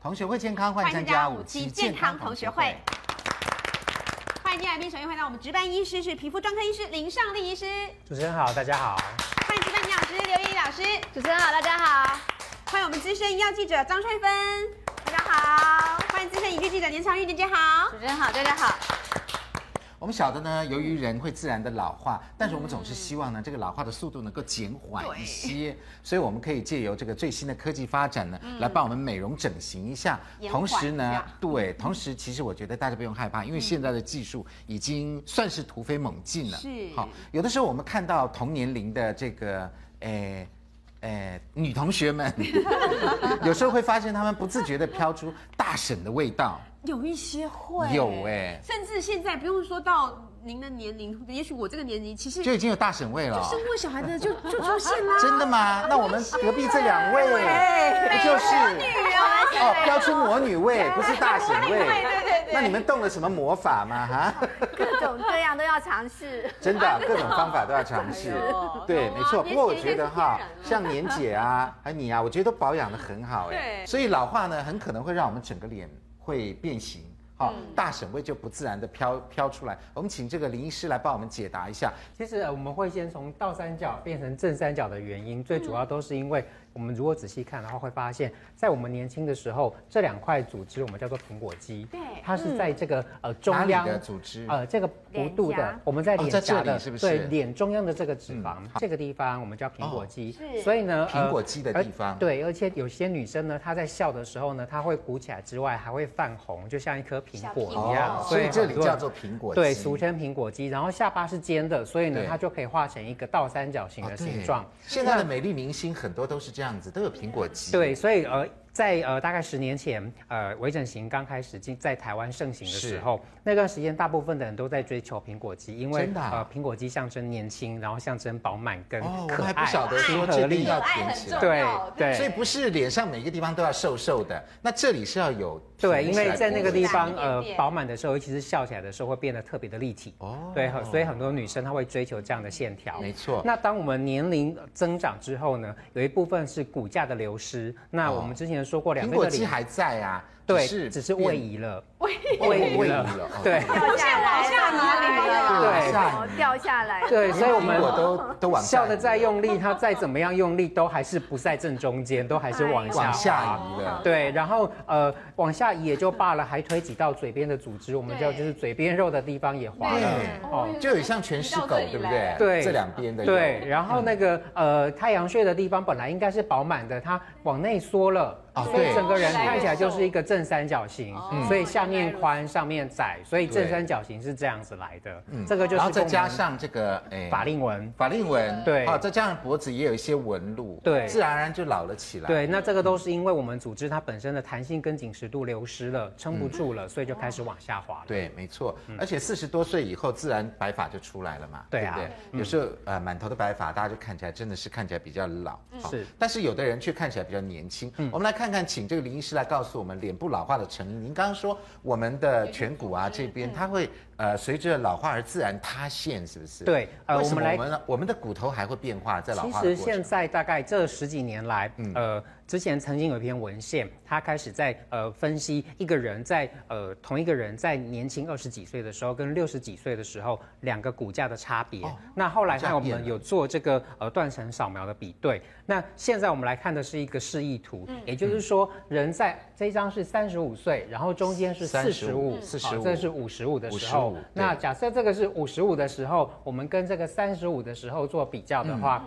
同学会健康欢换迎参参加加五五期期健康同学会。欢迎进来宾，首先回到我们值班医师是皮肤专科医师林尚丽医师，主持人好，大家好。欢迎值班营养师刘依依老师，主持人好，大家好，欢迎我们资深医药记者张翠芬，大家好，欢迎资深影剧记者年长玉，姐姐好主。持人好，大家好，我们晓得呢，由于人会自然的老化，嗯但是我们总是希望呢，这个老化的速度能够减缓一些，所以我们可以借由这个最新的科技发展呢，来帮我们美容整形一下。嗯延缓同一下嗯时呢，对，同时其实我觉得大家不用害怕，因为现在的技术已经算是突飞猛进了。是好，有的时候我们看到同年龄的这个，诶、诶，女同学们， 有时候会发现她们不自觉的飘出大婶的味道。有一些会有欸甚至现在不用说到您的年龄，也许我这个年龄其实就已经有大婶味了。生过小孩的就就出现啦。真的吗？那我们隔壁这两 位不就是哦，标出魔女味，不是大显味。 那你们动了什么魔法吗？ 哈，各种各样都要尝试。真的啊各种方法都要尝试哎呦。对，懂啊没错。不过我觉得哈年轻人就是，像年姐啊，还有你啊，我觉得都保养的很好哎。对所以老化呢，很可能会让我们整个脸会变形。好，嗯大婶味就不自然的飘飘出来。我们请这个林医师来帮我们解答一下。其实呃我们会先从倒三角变成正三角的原因，最主要都是因为我们如果仔细看的话，会发现在我们年轻的时候，这两块组织我们叫做苹果肌，对它是在这个呃中哪里央的组织？呃，这个弧度脸的颊，我们在哦脸在这颊里的，是不是对脸中央的这个脂肪嗯，哦这个地方我们叫苹果肌。是所以呢，呃苹果肌的地方而对，而且有些女生呢，她在笑的时候呢，她会鼓起来之外，还会泛红，就像一颗苹果小一样哦。，所以这里很多人叫做苹果肌。对，俗称苹果肌。然后下巴是尖的，所以呢对，它就可以画成一个倒三角形啊的对形状。现在的美丽明星很多都是这样子，都有苹果肌。对，，所以呃，在呃大概十年前，呃微整形刚开始进在台湾盛行的是时候，那段时间大部分的人都在追求苹果肌，因为真的啊呃苹果肌象征年轻，然后象征饱满跟哦，我可们还爱、不晓得亲说和这边力。要哎填起来。对对，所以不是脸上每个地方都要瘦瘦的，那这里是要有对，挺因起来为在那个地方，凸起来一呃点点，饱满的时候，尤其是笑起来的时候，会变得特别的立体。哦哦，对，很所以很多女生她会追求这样的线条。没错那当我们年龄增长之后呢，有一部分是骨架的流失。那我们之前说过，两苹边的果脸肌还在啊，对，只是位移了，变位移位移了了，哦对掉下来往下哪里了对然后掉下来了，对，所以我苹们果都都往下笑的再用力，它再怎么样用力，都还是不在正中 间，都还是往下哎往下滑移了。对，然后呃往下移也就罢了，还推挤到嘴边的组织，我们叫就是嘴边肉的地方也滑了对。哦就有像全是狗，对不对？对这两边的有嗯对，然后那个呃太阳穴的地方本来应该是饱满的，它往内缩了，哦所以对嗯整个人越来越看起来就是一个正三角形哦，所以下面宽上面窄，所以正三角形是这样子来的。这个就然后是嗯啊再跟加上这个哎法令纹。法令纹，对好，再加上脖子也有一些纹路，对自然而然就老了起来。对，那这个都是因为我们组织它本身的弹性跟紧实度流失了，撑不住嗯了，所以就开始往下滑了。对，没错，而且四十多岁以后，自然白发就出来了嘛，嗯对啊不对？有时候呃，满头的白发，大家就看起来真的是看起来比较老，好嗯是嗯但是有的人却看起来比较年轻。我们来看看，请这个林医师来告诉我们脸部老化的成因。您刚刚说我们的颧骨啊这嗯边，它会呃随着老化而自然塌陷，是不是？对呃为什么我们来我们我们的骨头还会变化在老其化实的过现程？嗯在大概这十几年来，呃，之前曾经有一篇文献，它开始在呃分析一个人在呃同一个人在年轻二十几岁的时候跟六十几岁的时候两个骨架的差别。那后来哦骨架还有我变们了有做这个呃断层扫描的比对。那现在我们来看的是一个示意图，也嗯就是说人在这一张是三十五岁，然后中间是四十35五， 45这是五十五的时候55。那对假设这个是五十五的时候，我们跟这个三十五的时候做比较的嗯话，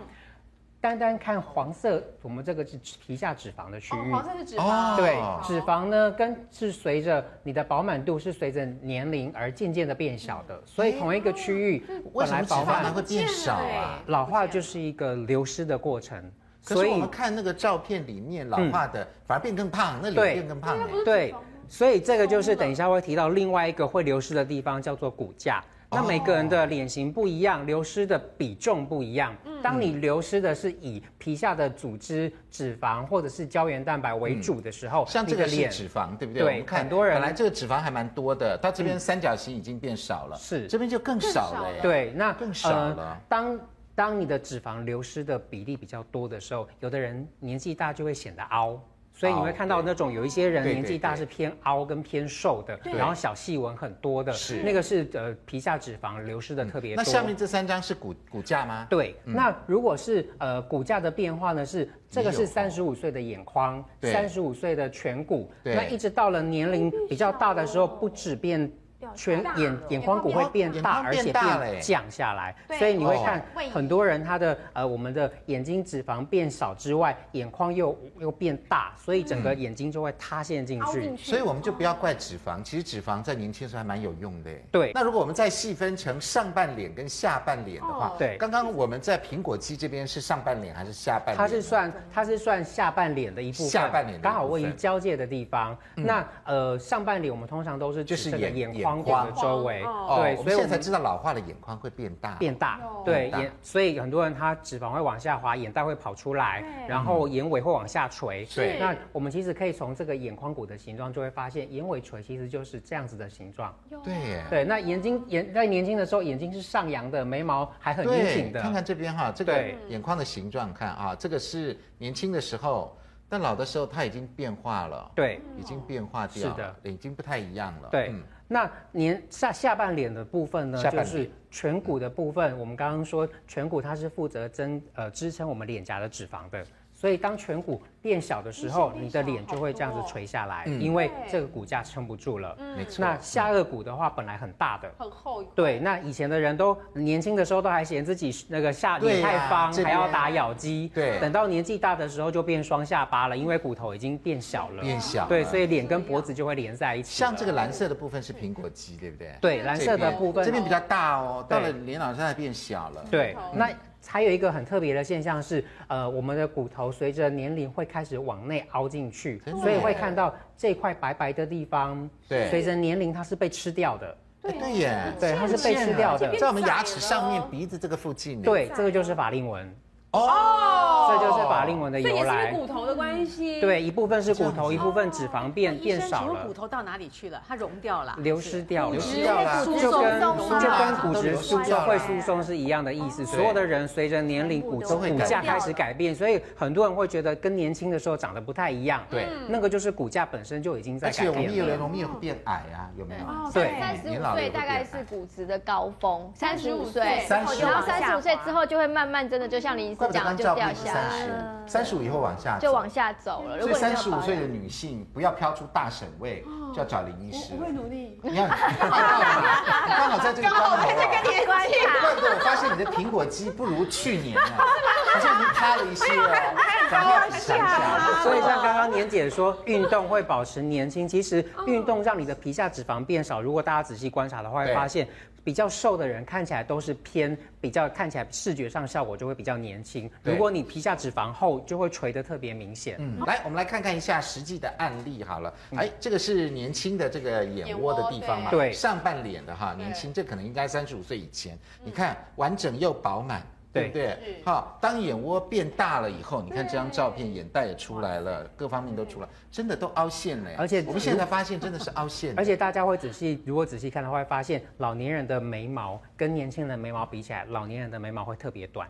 单单看黄色，我们这个是皮下脂肪的区域。黄色是脂哦肪，对，脂肪呢，跟是随着你的饱满度是随着年龄而渐渐的变小的，所以同一个区域嗯为本什来么脂饱肪还满，会变少不见啊了？老化就是一个流失的过程，可是我们看那个照片里面老化的反而变更胖，那脸嗯对变更胖哎。对，所以这个就是等一下会提到另外一个会流失的地方，叫做骨架。哦那每个人的脸型不一样，流失的比重不一样。当你流失的是以皮下的组织、脂肪或者是胶原蛋白为主的时嗯候，哎像这你的个是脸脂肪，对不对？对我们看很多人嗯本来这个脂肪还蛮多的，到这边三角形已经变少了，是这边就更少了耶。对，那呃更少了当当你的脂肪流失的比例比较多的时候，有的人年纪大就会显得凹。所以你会看到那种有一些人对对年纪大是偏凹跟偏瘦的，对然后小细纹很多的，是嗯那个是呃皮下脂肪流失的特别那多。下面这三张是骨骨架吗？对，那如果是呃骨架的变化呢？是这个也是有哦三十五岁的眼眶，对三十五岁的颧骨，对那一直到了年龄比较大的时候，不止变颧大眼眼眶骨会变眼大，眶而变且大了耶变降下来对，所以你会看哦位移很多人他的呃我们的眼睛脂肪变少之外，眼眶又又变大，所以整个眼睛就会塌陷进凹去进。去，所以我们就不要怪脂肪，其实脂肪在年轻的时候还蛮有用的耶。哎对那如果我们再细分成上半脸跟下半脸的话，哦对刚刚我们在苹果肌这边是上半脸还是下半脸呢？它是算它是算下半脸的一部分，下半脸的一部分嗯刚好位于交界的地方。那呃上半脸我们通常都是就指是这个眼眼眶骨的周围，眼眶哦，对，我所们以现我在才们知道老化的眼眶会变大。变大哦，对变大眼，所以很多人他脂肪会往下滑，眼袋会跑出来对，然后眼尾会往下垂。对那我们其实可以从这个眼眶骨的形状就会发现，眼尾垂其实就是这样子的形状。对耶。对，那眼睛眼在年轻的时候眼睛是上扬的，眉毛还很对阴挺的。看看这边哈，这个对眼眶的形状，看啊，这个是年轻的时候，但老的时候它已经变化了，对，已经变化掉了，是的已经不太一样了。嗯对，那年下下半脸的部分呢下，半就脸是颧骨的部分。我们刚刚说颧骨它是负责增呃支撑我们脸颊的脂肪的，所以当颧骨变小的时候，变小哦你的脸就会这样子垂下来，因为这个骨架撑不住了。嗯没错。那下颚骨的话，本来很大的。很厚一块，对，那以前的人都年轻的时候都还嫌自己那个下对脸呀太方，这还要边打咬肌。对等到年纪大的时候就变双下巴了，因为骨头已经变小了。变小了对，所以脸跟脖子就会连在一起了。像这个蓝色的部分是苹果肌，对不对？对，蓝色的部分这边比较大哦，对到了脸老师它变小了。对头，那还有一个很特别的现象是，呃，我们的骨头随着年龄会开始往内凹进去，真的所以耶会看到这块白白的地方，对随着年龄它是被吃掉的，哎对耶，对，它是被吃掉而且变在的。我们牙齿上面、鼻子这个附近。，对，这个就是法令纹，哦，这就是法令纹的所以也由是因为来。骨头的关系。对，一部分是骨这样头，子一部分脂肪那变医生变少请问骨了，头到哪里去了？它融掉了，流失掉了流。失掉了骨就松跟松啊就跟啊骨质疏都流失掉了松会疏松是一样的意思。所有的人随着年龄骨都会骨改架变开始改变，所以很多人会觉得跟年轻的时候长得不太一样。对，那个就是骨架本身就已经在而且改我们变有了。人容易会变矮啊，有没有？哦对三十年五老了也岁会大概变矮是骨质的高峰，三十五岁， 35岁然后就往三下十滑五岁之后就会慢慢真的就像林医师怪不得讲的刚就照掉片是下来，三十，三十五以后往下走就往。下走了。所以如果你没有三十五保岁的养女性不要飘出大省位，就要找林医师。我会努力。你看，你刚好刚好在这个关头啊。关系怪不得我发现你的苹果肌不如去年啊，好像已经塌了一些哦，长得很像下。所以像刚刚年姐说，运动会保持年轻，其实运动让你的皮下脂肪变少。如果大家仔细观察的话，会对发现比较瘦的人看起来都是偏比较看起来视觉上效果就会比较年轻。对如果你皮下脂肪厚，就会垂得特别明显。嗯，来，我们来看看一下实际的案例好了。哎，这个是年轻的这个眼窝的地方嘛，嗯眼窝对对上半脸的哈，年轻，这可能应该三十五岁以前。嗯你看，完整又饱满。对不对？好，当眼窝变大了以后，你看这张照片，眼袋也出来嗯了，各方面都出来，真的都凹陷了呀。而且我们现在发现真的是凹陷的，而且大家会仔细，如果仔细看的话，会发现老年人的眉毛跟年轻人的眉毛比起来，老年人的眉毛会特别短，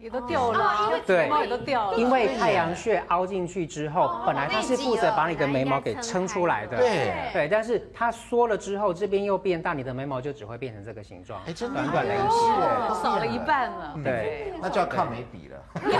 也都掉了啊，哦对哦毛也都掉了。因为太阳穴凹进去之后，本来它是负责把你的眉毛给撑出来的，对对，但是它缩了之后，这边又变大，你的眉毛就只会变成这个形状哎，，真的短短的一是截，哎都哦少了变一半了。对，嗯那就要靠眉笔 了。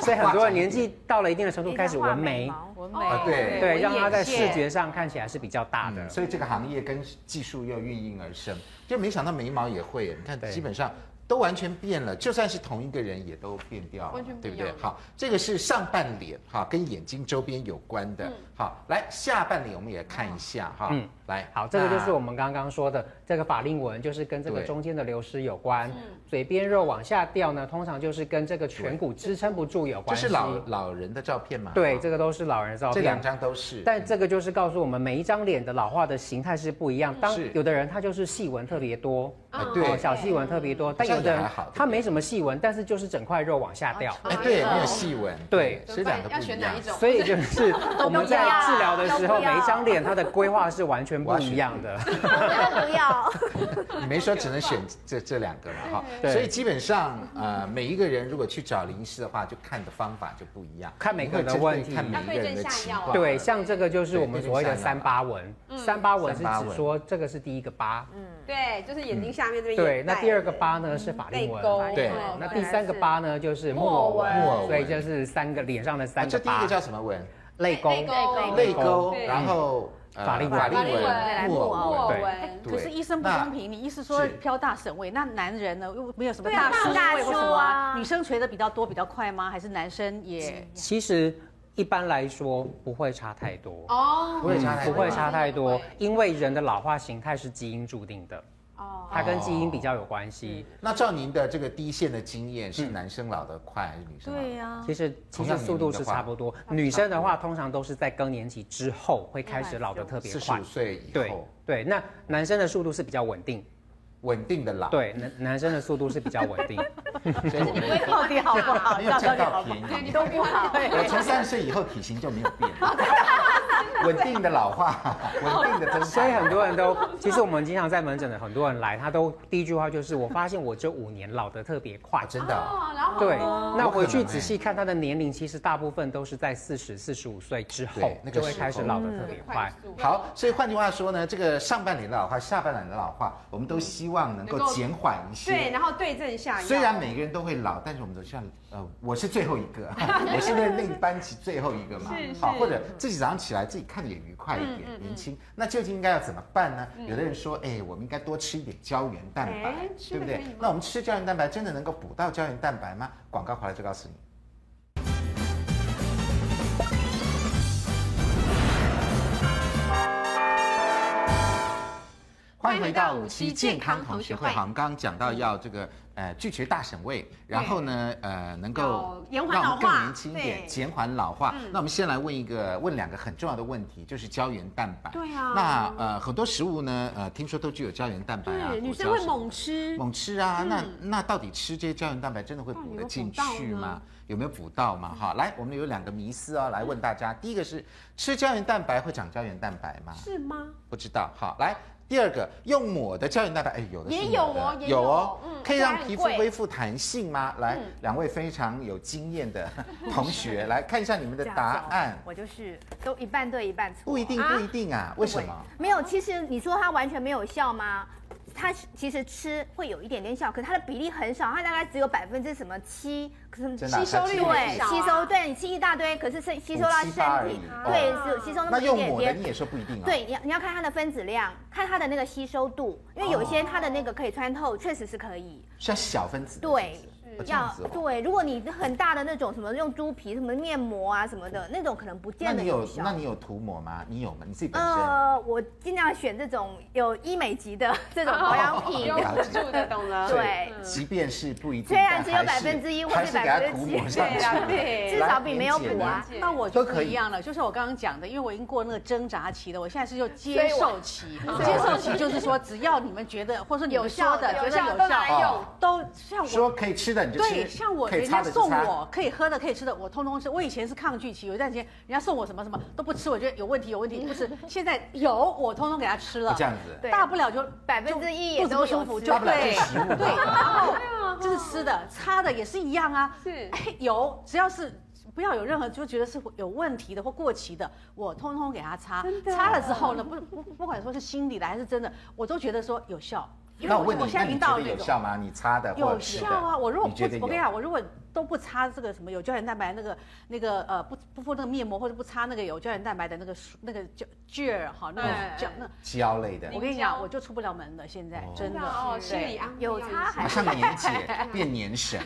所以很多人年纪到了一定的程度开始纹眉，纹啊眉对对，让它它在视觉上看起来是比较大的嗯，。所以这个行业跟技术又应运而生，就没想到眉毛也会，你看对基本上都完全变了，就算是同一个人也都变掉了，完全不对一不样对？好，这个是上半脸哈，跟眼睛周边有关嗯的。好，来下半脸我们也看一下哈，嗯来，好，这个就是我们们刚刚说的这个法令纹，就是跟这个对中间的流失有关。嗯嘴边肉往下掉呢，通常就是跟这个颧骨支撑不住有这关系。是老老人的照片嘛？对，哈这个都是老人的照这两片。张都是，但这个就是告诉我们，每一张脸的老化嗯的形态是不一样。当是有的人他就是细纹特别多，啊对嗯哦小细纹特别多，但有也还好它没什么细纹，但是就是整块肉往下哦掉。哎，对，没有细纹，对是两个哦要不选一哪样一。种？所以就是我们在治疗的时都候，不要每一张脸它的规划是完全不一样的。都不要。你没说只能选这这两个嘛哈，对所以基本上呃每一个人如果去找林医师的话，就看的方法就不一样，看每个人的因为问针题对看每一个人的情况。对，像这个就是我们所谓的对那三就嗯八纹。三八纹是三八指纹说这个是第一个八，对，就是眼睛下面这边。对，那第二个八呢是法泪令沟纹，，对哦那第三个八呢就是木偶木偶纹，纹所以就是三个脸上的啊三这个第一疤个，叫什么纹？泪沟。泪沟泪沟对，然后呃法令纹法法令令纹纹、木木偶偶对纹。可是对医生不那公平，你医师说是飘大省位，那男人呢又没有什么对啊大叔大位或叔什么啊啊？女生垂的比较多比较快吗？还是男生也？其实一般来说不会差太多，嗯哦不会差太不多会差太不多会，因为人的老化形态是基因注定的，哦，它跟基因比较有关系。那照您的这个第一线的经验，嗯是男生老得快还是女生老得对快？呀，其实其同实样年龄速度的是话差不多，女生的话通常都是在更年期之后会开始老得特别四十快五。岁以对后，对，那男生的速度是比较稳定，稳定的老。，对，男男生的速度是比较稳定。 所以我 们到底好不好？没有到占底到好不好？便对你宜。都不好，我从三十岁以后体型就没有变，稳定的老化，稳定的增长。所以很多人都，其实我们经常在门诊的很多人来，他都第一句话就是：我发现我这五年老得特别快啊。真的啊，哦，然后对，那有可回去能欸仔细看他的年龄，其实大部分都是在四十四十五岁之后对，那个就会时开始候老得特别快。嗯速好，所以换句话说呢，这个上半年的老化、下半年的老化，我们都希望能能够够减缓一些。对，然后对症下药。虽然每个人都会老，但是我们都希望，呃，我是最后一 个，我是那那个班级最后一个嘛是，是或者自己早上起来自己看着也愉快一点，嗯嗯嗯嗯年轻，那究竟应该要怎么办呢？有的人说，哎，我们应该多吃一点胶原蛋白哎，吃对了不可对以吗？那我们吃胶原蛋白真的能够补到胶原蛋白吗？广告回来就告诉你。欢迎回到五期健康同学会。好，我们刚刚讲到要这个呃拒绝大省位，然后呢呃能够要延缓让我老们更化年轻一对嗯点，减缓老化。那我们先来问一个问两个很重要的问题，就是胶原蛋白。对啊那呃很多食物呢呃听说都具有胶原蛋白啊，对，女果生胶会什么猛吃，嗯猛吃啊，那那到底吃这些胶原蛋白真的会补得进去吗？有没有补到吗？哈，来，我们有两个迷思哦，来问大家。第一个是吃胶原蛋白会长胶原蛋白吗？是吗？不知道。好，来第二个，用抹的胶原蛋白，哎，有的是也抹有的哦也有有哦，嗯可以让皮肤虽然很贵恢复弹性吗？来，两位非常有经验的同学，来看一下你们的答案。我就是都一半对一半错。不一定，啊不一定啊，为什么？没有，其实你说它完全没有效吗？它其实吃会有一点点效，可是它的比例很少，它大概只有百分之什么七，可是真的啊吸收率它很对少啊吸收，对你吃一大堆，可是吸吸收到身五七八而体已，对，哦只有吸收那么那一用点抹的点你。也说不一定啊。对，你要你要看它的分子量，看它的那个吸收度，因为有些它的那个可以穿透，确实是可以。是要小分子的。是对不是哦这要样子哦。对，如果你很大的那种什么用猪皮什么面膜啊什么的，那种可能不那见得你有效。那你有涂抹吗？你有吗？你自己本身？呃，我尽量选这种有医美级的这种保养品。有辅助的，懂了。哦所以对即便是不一定，虽然只有但还是1%或还是是给它涂抹上对去啊嘛，对至少比没有补啊来。那我就都可不以一样了，就是我刚刚讲的，因为我已经过那个挣扎期了，我现在是就所接以我受 期。接受期就是说，只要你们觉得，或者说你们有说效的的觉得有效有都拿来效用，都像我哦说可以吃的你就吃，对，像我可以人擦家的就送擦我可以喝的可以吃的，我通通吃。我以前是抗拒期，有一段时间人家送我什么什么都不吃，我觉得有问题有问题不吃。现在有我通通给他吃了哦， 这样子。对大不了就百分之一也肚子都不有舒服，吃就大不了对就食物嘛对，然后这是吃的，擦的也是一样啊。是哎有只要是。不要有任何就觉得是有问题的或过期的，我通通给他擦。擦了之后呢，不不不管说是心理的还是真的，我都觉得说有效。因为那我问你，现在那已经你觉到得那有个效吗？你擦的或有者吃的效啊！我如果你不觉得，我跟你有讲，我如果都不擦这个什么有胶原蛋白那个那个呃不不敷那个面膜，或者不擦那个有胶原蛋白的那个那个胶 gel 哈，那个嗯胶那，胶类的我，跟你讲，我就出不了门了，现在哦真的哦，心理对安慰有要差一下马上年姐变年神，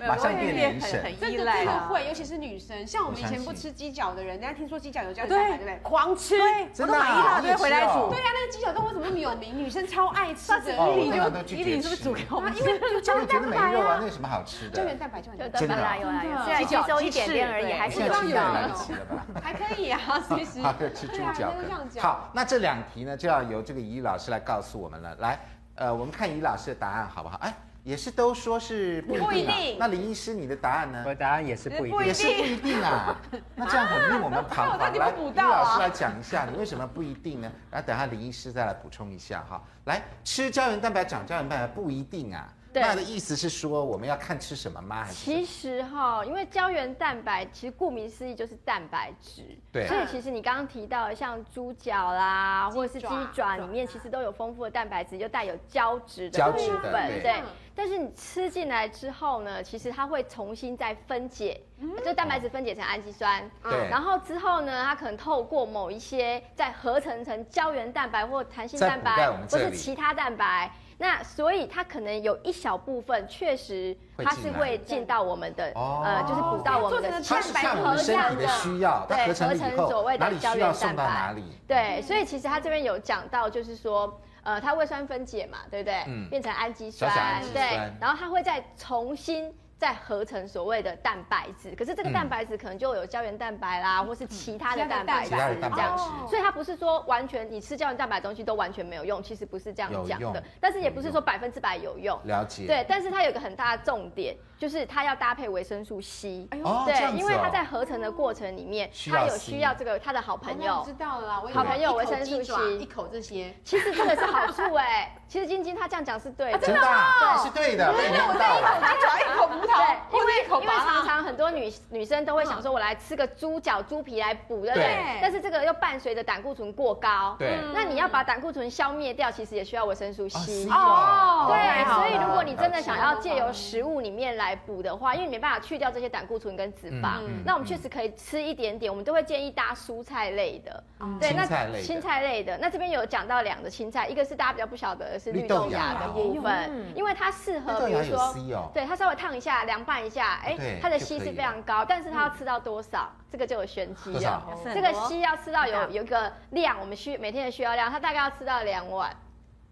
马上变年神。真依的赖真的啊会，尤其是女生，像我们以前我相信不吃鸡脚的人，人家听说鸡脚有胶原蛋白，对不对对，？狂吃，对， 我真都的啊买一大堆回来好煮好对。呀、啊那个鸡脚冻为什么扭名？女生超爱吃的，哦我你通就常都拒你绝是不是吃煮给我们？啊因为就胶我原觉得蛋没白肉啊，那啊，有什么好吃胶原的？蛋白就很就多，等真的本啊来有啦，真的有啊虽然虽吸然收一点点而鸡已，翅还你是现有在吃知越道来来有不那种及了 吧？ 还可以啊，随时。啊，对，吃猪对啊脚那就这样可以。讲好，那这两题呢，就要由这个怡老师来告诉我们了。来，呃，我们看于老师的答案好不好？哎，也是都说是不一定、啊。不一定那林医师，你的答案我的呢？答案也是不一不一定也定。是不一定 啊。那这样很令我们彷那我到徨。底来，补于到啊老师来讲一下，你为什么不一定呢？ 然后等下林医师再来补充一下哈。来，吃胶原蛋白长胶原蛋白不一定啊。对那的意思是说，我们要看吃什么吗？还是其实哈，因为胶原蛋白其实顾名思义就是蛋白质，对所以其实你刚刚提到的像猪脚啦，或者是鸡爪啊里面，其实都有丰富的蛋白质，又带有胶质的胶部质的分，对对。但是你吃进来之后呢，其实它会重新再分解，就蛋白质分解成氨基酸，对然后之后呢，它可能透过某一些再合成成胶原蛋白或弹性再蛋补在白我们，或这是里其他蛋白。那所以它可能有一小部分确实会它进是来会进到我们的哦呃，就是补到我们的它做它蛋是白看我们合身体上的需要，它对合成了以合成所后谓，的哪里需要送到胶原蛋白哪里。对，所以其实它这边有讲到，就是说。呃，它胃酸分解嘛，对不对？嗯变成氨基酸，小小氨基对酸，然后它会再重新再合成所谓的蛋白质，可是这个嗯蛋白质可能就有胶原蛋白啦，或是其他嗯的其他的蛋白其质他的蛋白这哦样质。所以它不是说完全你吃胶原蛋白的东西都完全没有用，其实不是这样讲有用的，但是也不有是用说百分之百有用。了解。对，但是它有一个很大的重点，就是它要搭配维生素 C。哎呦哦，这样对，子因为哦它在合成的过程里面，需要它有 C 需要这个它的好哦朋那我友知。道了啦，我以为好朋友一口维生素鸡爪 C 一口这些，其实这个是好处哎， 其实晶晶她这样讲是对的，真的啊，是对的，被弄到一口了。鸡爪一口葡萄，对，或因者为一口因为常拔常很多女女生都会想说，我来吃个猪脚、猪皮来补，对不对对？但是这个又伴随着胆固醇过高，对啊那你要把胆固醇消灭掉，其实也需要维生素 C。哦对，所以如果你真了的解想要借由食物里面来补的话，因为你没办法去掉这些胆固醇跟脂肪，嗯嗯那我们确实可以吃一点点，我们都会建议搭蔬菜类的，对，青那菜类的青菜类的，那这边有讲到两个青菜，一个是大家比较不晓得的是绿绿豆豆芽芽的哦部分，因为它适绿合豆比芽如有说 C 哦，对，它稍微烫一下，凉拌一下，哎、对它的就 C 可以是了非常高，但是它要吃到多少，这个就有玄机多了。少？这个 C 要吃到有有一个量，我们需每天的需要量，它大概要吃到两碗，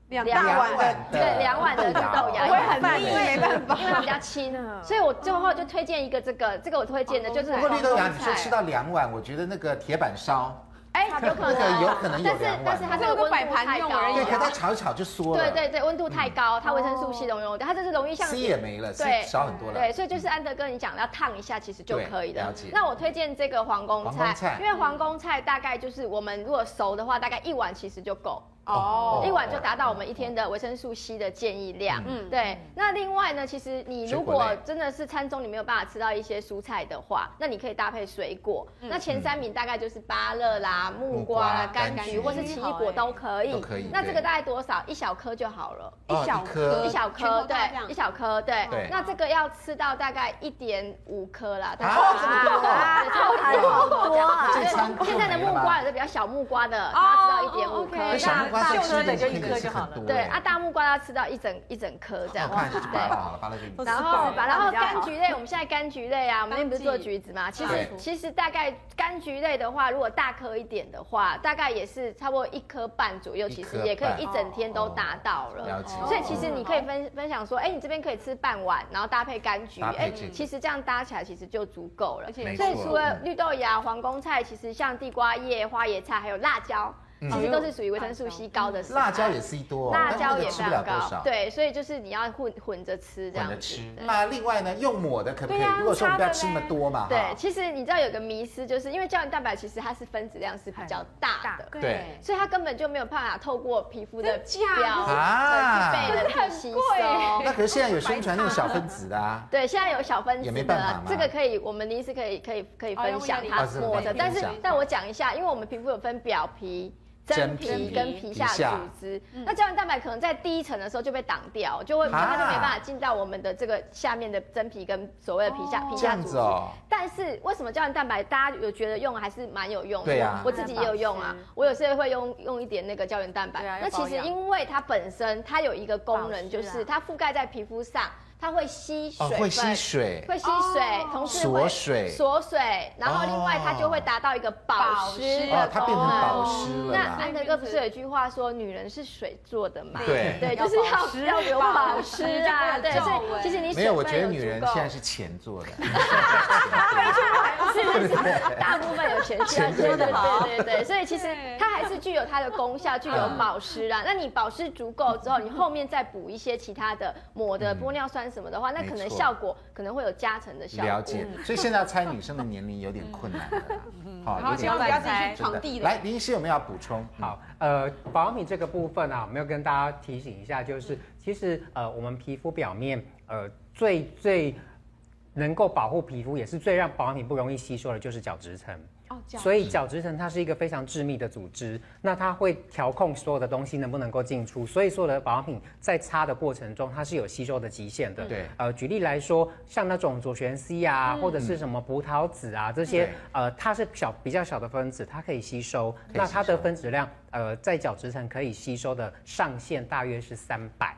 两大大碗碗的的对两碗的绿豆芽，我也很因为没办法因为它比较轻， 所以我最后就推荐一个这个，这个我推荐的就是啊哦不过绿豆芽，你说黄吃菜到两碗，我觉得那个铁板烧，哎，有可那个能有可能有但是两但是它碗。这个温度摆盘太用高而已啊对，可了，它炒一炒就缩了。对对对，温度太高，它维生素 C 都没有，它就是容易像 c 也没了，C 对少很多了。对，所以就是安德哥你讲的要烫一下，其实就可以对了。了解那我推荐这个皇宫皇菜，宫菜因为皇宫菜大概就是我们如果熟的话，大概一碗其实就够。哦一碗就达到我们一天的维生素 C 的建议量。嗯，对。那另外呢，其实你如水果果类真的是餐中你没有办法吃到一些蔬菜的话，那你可以搭配水果。嗯那前三名大概就是芭乐啦、木瓜啦、木瓜柑柑橘橘或是奇异果都可以。都可以那对这个大概多少？一小颗就好了。哦嗯一小一颗颗一小颗，全部大量对，一小颗，对对。那这个要吃到大概一点五颗啦，大概啊这么多对差不多好多啊！这餐对现在的木瓜有的比较小木瓜的，它要吃到一点五颗，啊哦哎， ，OK，小那木瓜大吃一点大点也是很多。对啊，，大木瓜要吃到一整一整颗这样我。看是芭乐好了，芭乐就一然吃饱后，了然后比较好柑橘类，我们现在柑橘类啊，我们那边不是做橘子嘛？其实对其实大概柑橘类的话，如果大颗一点的话，大概也是差不多一颗半左右，其实也可以一整天都达到了。哦了解。所以其实你可以分分享说，哎，你这边可以吃半碗，然后搭配柑橘，搭配哎这个，其实这样搭起来其实就足够了。没所以除错了绿豆芽、皇宫菜，其实像地瓜叶、花椰菜还有辣椒，其实都是属于维生素 C 高的食材嗯辣椒也 C 多哦，辣但是那椒个也吃非不了常多高少，，对，所以就是你要混混着吃这混样着子吃。对那另外呢，用抹的可不可以对？啊如果说我们不要擦的吃那么多嘛，啊哈对，其实你知道有个迷思，就是因为胶原蛋白其实它是分子量是比较大的，对所以它根本就没有办法透过皮肤的真假表啊对去被人体吸收。那可是现在有宣传那种小分子的啊，对，现在有小分也子没的办法啊嘛，这个可以，我们临时可以可以可以分享它哦用抹药的理，但是分享但我讲一下，因为我们皮肤有分表皮。真真皮皮嗯跟皮下组织，那胶原蛋白可能在第一层的时候就被挡掉，就会啊它就没办法进到我们的这个下面的真皮跟所谓的皮下皮这下样组织子。哦。但是为什么胶原蛋白大家有觉得用还是蛮有用的？对啊我自己也有用啊，我有时候会用用一点那个胶原蛋白。对啊要那其保实养因为它本身它有一个功保湿啊能，就是它覆盖在皮肤上。它会吸水哦，分，会吸水，会吸水，哦同时锁会水锁水，然后另外它就会达到一个保湿哦的，它功变成保能。湿了那啦。安德哥不是有一句话说，女人是水做的嘛？对对，要就是保湿要要有保湿啊，保湿对，就所不会有皱纹以其实你没水有，分我觉得女人足够现在是钱做 的， 大部分有全需要全身对的对好对对对，所以其实对它还是具有它的功效，具有保湿啊。那你保湿足够之后，你后面再补一些其他的抹的玻尿酸什么的话，那可嗯没能错效果可能会有加成的效果。嗯了解。嗯所以现在要猜女生的年龄有点困难 了啦，好，有点千困万不要自难。己去真闯的地雷。来，林医师有没有要补充？好，呃，保养品这个部分啊，我们要跟大家提醒一下，就是其实呃，我们皮肤表面呃最最能够保护皮肤，也是最让保养品不容易吸收的，就是角质层。哦，这样所以角质层它是一个非常致密的组织，那它会调控所有的东西能不能够进出，所以所有的保养品在擦的过程中，它是有吸收的极限的。对呃，举例来说，像那种左旋 C 啊，或者是什么葡萄籽啊这些嗯对，呃，它是小比较小的分子，它可以吸收，可以那吸它的收分子量，呃，在角质层可以吸收的上限大约是三百。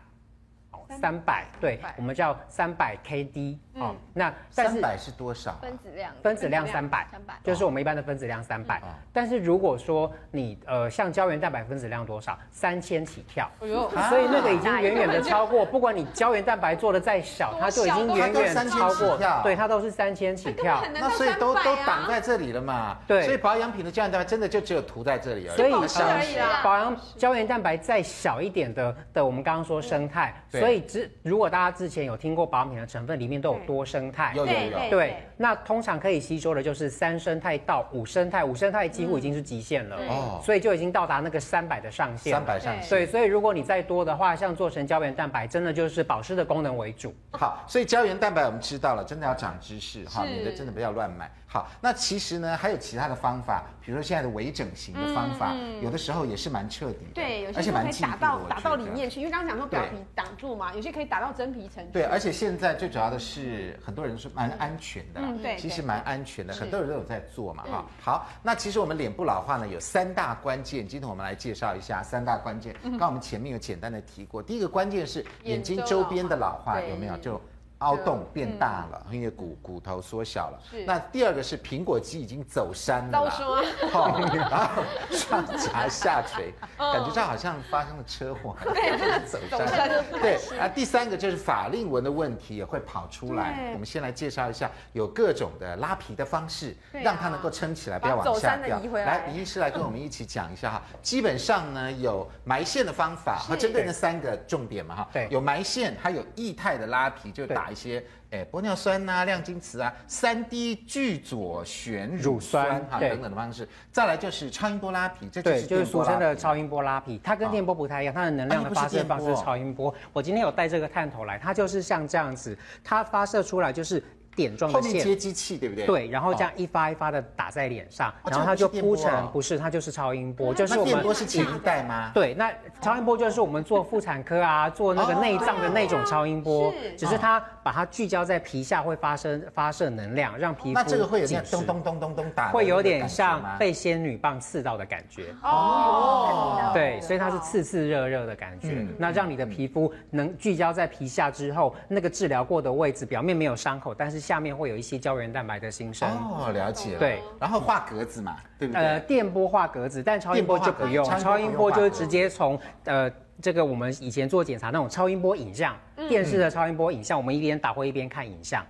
哦三百，对300，我们叫三百 KD 哦。那但嗯三是百是多少？分子量，分子量分三百， 300就是我们一般的分子量三嗯百、但是如果说你呃，像胶原蛋白分子量多少，三千起跳。哎呦，啊所以那个已经远远的超过，不管你胶原蛋白做的再小，它就已经远远超它都3000过起跳，对，它都是三千起跳。很难那到所以都300都啊挡在这里了嘛。对所以保养品的胶原蛋白真的就只有涂在这里而已。所以保湿啊而已啊啦保养胶原蛋白再小一点的的，我们刚刚说生态，对所以之如果大家之前有听过保养品的成分里面都有多生态，有有对有。对，那通常可以吸收的就是三生态到五生态，五生态几乎已经是极限了，哦所以就已经到达那个三百的上限。三。百上下。对，所以如果你再多的话，像做成胶原蛋白，真的就是保湿的功能为主。 好，所以胶原蛋白我们知道了，真的要长知识哈，是免得真的不要乱买。好，那其实呢还有其他的方法，比如说现在的微整形的方法，有的时候也是蛮彻底的，嗯对，有而些且就可蛮以进打步的到我打觉到得里面去，因为刚刚讲说表对皮挡住嘛，有些可以打到真皮 层去。对，而且现在最主要的是，很多人是蛮安全的啦，嗯对其实对蛮安全的，很多人都有在做嘛，哈。好，那其实我们脸部老化呢有三大关键，今天我们来介绍一下三大关键。刚刚我们前面有简单的提过，第一个关键是嗯眼睛周边的老化眼周老化有没有就。凹洞变大了，因为骨骨头缩小了。那第二个是苹果肌已经走山了到啦，时候啊好，然后上颊下垂，感觉这好像发生了车祸，对， 走哦走山山。对啊，第三个就是法令纹的问题也会跑出来。对我们先来介绍一下，有各种的拉皮的方式，对啊让它能够撑起来，不要把往走下山的掉。移回来来，林医师来跟我们一起讲一下哈。基本上呢，有埋线的方法，和针对那三个重点嘛哈。对有埋线，还有液态的拉皮，就对打一些。哎，玻尿酸呐、亮晶瓷啊，三 D 聚左旋乳乳酸酸哈对等等的方式，再来就是超音波拉皮，这就对，是就是电波俗拉称的皮超音波拉皮，它跟电波不太一样，它的能啊量的你不是发射方式电是波超音波。我今天有带这个探头来，它就是像这样子，它发射出来就是点状后的面接线。机器对不对？对，然后这样一发一发的打在脸上，哦然后它就这样不铺是电波成哦，不是，它就是超音波，就是那我电们波是前一代吗？对，那超音波就是我们做妇产科啊，做那个内脏的那种超音哦波，是只是它把它聚焦在皮下，会发生发射能量，让皮肤那这个会有紧点咚实咚咚咚咚打的那个感觉吗，会有点像被仙女棒刺到的感觉。哦，对，所以它是刺刺热热的感觉，嗯那让你的皮肤能聚焦在皮下之后，那个治疗过的位置，表面没有伤口，但是下面会有一些胶原蛋白的新生。哦，了解了。对，然后画格子嘛，对不呃，对？电波画格子，但超音波就不电用，波化格子超音波就是直接从呃这个我们以前做检查那种超音波影像，嗯电视的超音波影像，我们一边打或一边看影像。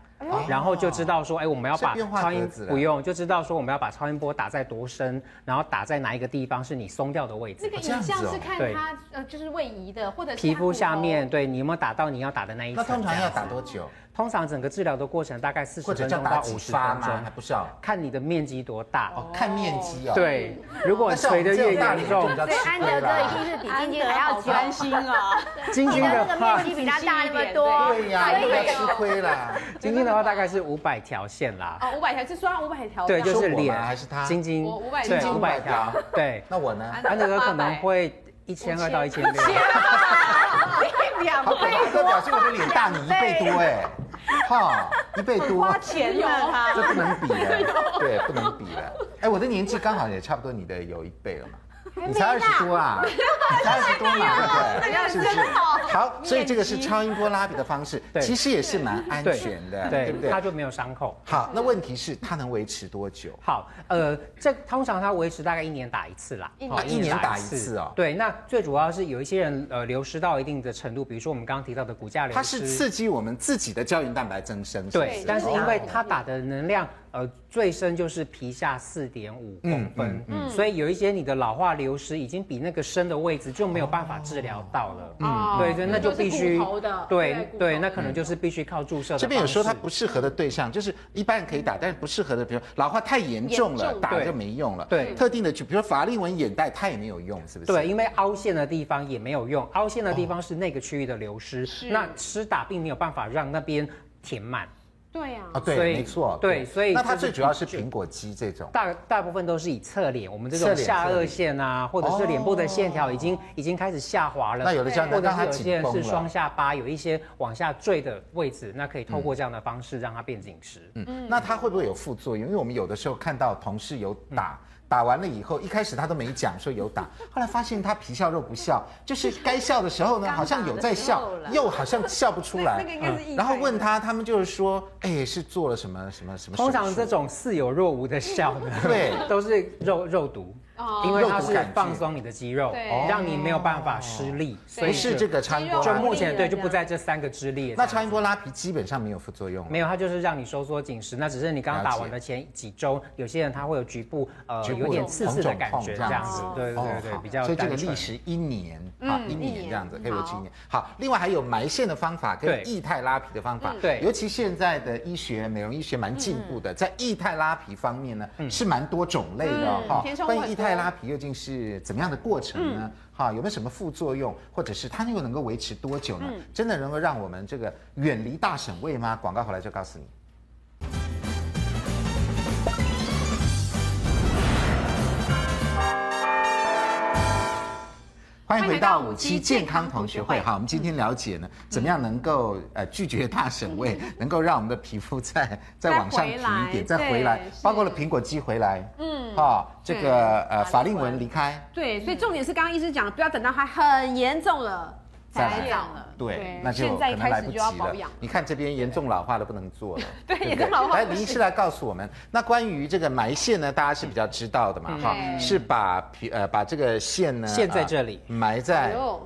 然后就知道说，哎，我们要把哦是变化超格音子啦不用，就知道说我们要把超音波打在多深，然后打在哪一个地方是你松掉的位置这个。这样影子哦像是看对它呃，就是位移的，或者是皮它肤骨下头面，对你有没有打到你要打的那一那层？通常这要样子打多久？通常整个治疗的过程大概四或者十分叫钟打到几五十分发吗？钟还，不是哦，看你的面积多大。哦看面积哦。。对，如果那像我垂们的这越种大严脸重就比，较所以安德哥一定是比晶晶还要久，心啊！晶你晶的那的个话面，积比他大那么 多，对呀，所不要以吃亏啦。晶晶的话大概是五百条线啦。 哦，五百条是刷五百条这对，样，就是哦是我吗脸还是他晶晶，我500对晶晶五百500条条，对，那我呢？安德哥可能会一千二到一千六。两好可怕，这表示我的脸大你一倍多哎，哈，一倍多。钱 呢他。这不能比了，对，不能比了。哎，我的年纪刚好也差不多你的有一倍了嘛。你才二十多啊，你才二十多嘛，对那不对？个是不真是？好，好，所以这个是超音波拉比的方式，对其实也是蛮安对全的，对对不，对它？就没有伤口。好，那问题是它能维持多久？好，呃，这通常它维持大概一年打一次啦，一哦年一年打一次哦对，那最主要是有一些人呃流失到一定的程度，比如说我们刚刚提到的骨架流失，它是刺激我们自己的胶原蛋白增生，是不对是，但是因为哦它打的能量，呃，最深就是皮下四点五公嗯分，所以有一些你的老化流失已经比那个深的位置就没有办法治疗到了。哦嗯，对对，那就必须就是骨头的对对骨头对，那可能就是必须靠注射的方式。这边有说它不适合的对象，就是一般人可以打，但是不适合的，比如老化太严重了，严重打对就没用了。对特定的区，比如说法令纹眼袋，它也没有用，是哦不是？对，因为凹陷的地方也没有用，凹陷的地方是那个区域的流失，那施打并没有办法让那边填满。对呀、啊，对，所以没错，对所以那它就是最主要是苹果肌这种。大大部分都是以侧脸，我们这侧种脸下侧颚脸哦线啊，或者是脸部的线条已经、已经开始下滑了。那有的像或者让它是有些紧绷人是了双下巴有一些往下坠的位置，那可以透过这样的方式让它变紧实。嗯，那它会不会有副作用？因为我们有的时候看到同事有打，嗯打完了以后，一开始他都没讲说有 打，后来发现他皮笑肉不笑，就是该笑的时候呢，好像有在笑，又好像笑不出来。嗯那个应该是意外然后问他，他们就是说，哎，是做了什么什么什么手术？通常这种似有若无的笑呢， 对 都是肉肉毒，哦因为它肉毒是杆菌哦放松你的肌肉对，让你没有办法施力，所不以是就这个超音波啊就拉目皮。前对就不在这三个之列。那超音波拉皮基本上没有副作用了，没有，它就是让你收缩紧实。那只是你刚刚了解打完的前几周，有些人他会有局部呃局部有点刺刺红的肿感痛觉，这这样样子子。哦对对对，啊好比较所以这个单纯历时一年啊，一年这样子一年可以维持一年。好，另外还有埋线的方法跟对液态拉皮的方法，对尤其现在的医学美容医学蛮进步的，在液态拉皮方面呢嗯是蛮多种类的哦嗯哈。天生关会于液态拉皮究竟是怎么样的过程呢？哈，有没有什么副作用，或者是它又能够维持多久呢？真的能够让我们这个远离大省位吗？广告回来就告诉你。欢迎回到五期健康同学会。好，我们今天了解呢，嗯怎么样能够呃拒绝大省位，能够让我们的皮肤 再再往上提一点，再再回来回来对，包括了苹果肌回来，嗯嗯，哈，这个呃法令纹离开，对，所以重点是刚刚医师讲，不要等到它很严重了再才来养了。对，那就现可在一能开来始不及就要保养了。。你看这边严重老化的不能做了， 对不严重老化来，不林医师行来告诉我们，那关于这个埋线呢，大家是比较知道的嘛，哈，嗯对是把皮呃把这个线呢线在这呃里埋在哦，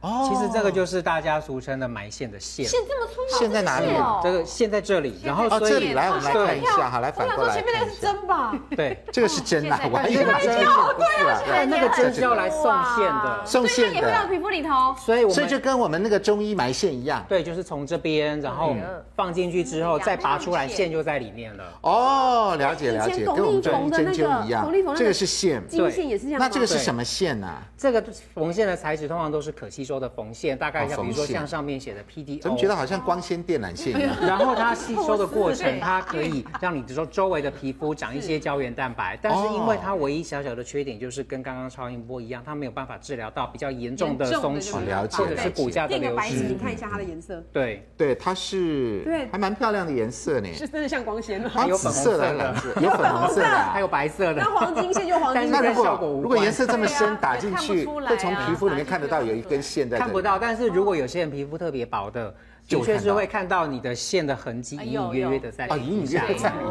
哦其实这个就是大家俗称的埋线的线，线这么粗，线在哪里好细哦这个线在这里，然后哦，所这以里来，我们来看一下哈，来我反想过来说前面那看个一是下，真哎吧？对。这个是针呐 现在，我还以为看真的不是啊，哎，那个针这是个要来送线的，送所以它线也会到的，皮肤里头。所以我所以们就跟我们那个中医埋线一样。对，就是从这边，然后放进去之后再拔出来，线就在里面了。哦，了解了以解，前跟巩我们俐中冯医的针那灸个一样巩俐冯那，个这个是线。金线也是这样吗，那这个是什么线呐？这个缝线的材质通常都是可吸收的缝线，大概哦像缝比如说线像上面写的 PDO，怎么觉得好像光纤电缆线一 样？然后它吸收的过程，它可以让你周周围的皮肤长一些胶原蛋白，但是哦因为它唯一小小的缺点就是跟刚刚超音波一样，它没有办法治疗到比较严重的松严弛重的，了解或者是骨架的垫个流白纸，失嗯你。看一下它的颜色，对，对，它是，对还蛮漂亮的颜色呢，是真的像光纤吗？它有紫粉红色的，色的 蓝色，有粉红色的啊，还有白色的那。黄金线就黄但金是那如线，跟效果无果关如果颜色这么深对啊打进也看去，不出来啊会从皮肤里面看得到有一根线在这里。看不到，但是如果有些人皮肤特别薄的，就的会确看是到会看到你的线的痕迹，隐隐约约的在哎哦，里隐面隐约约在里面。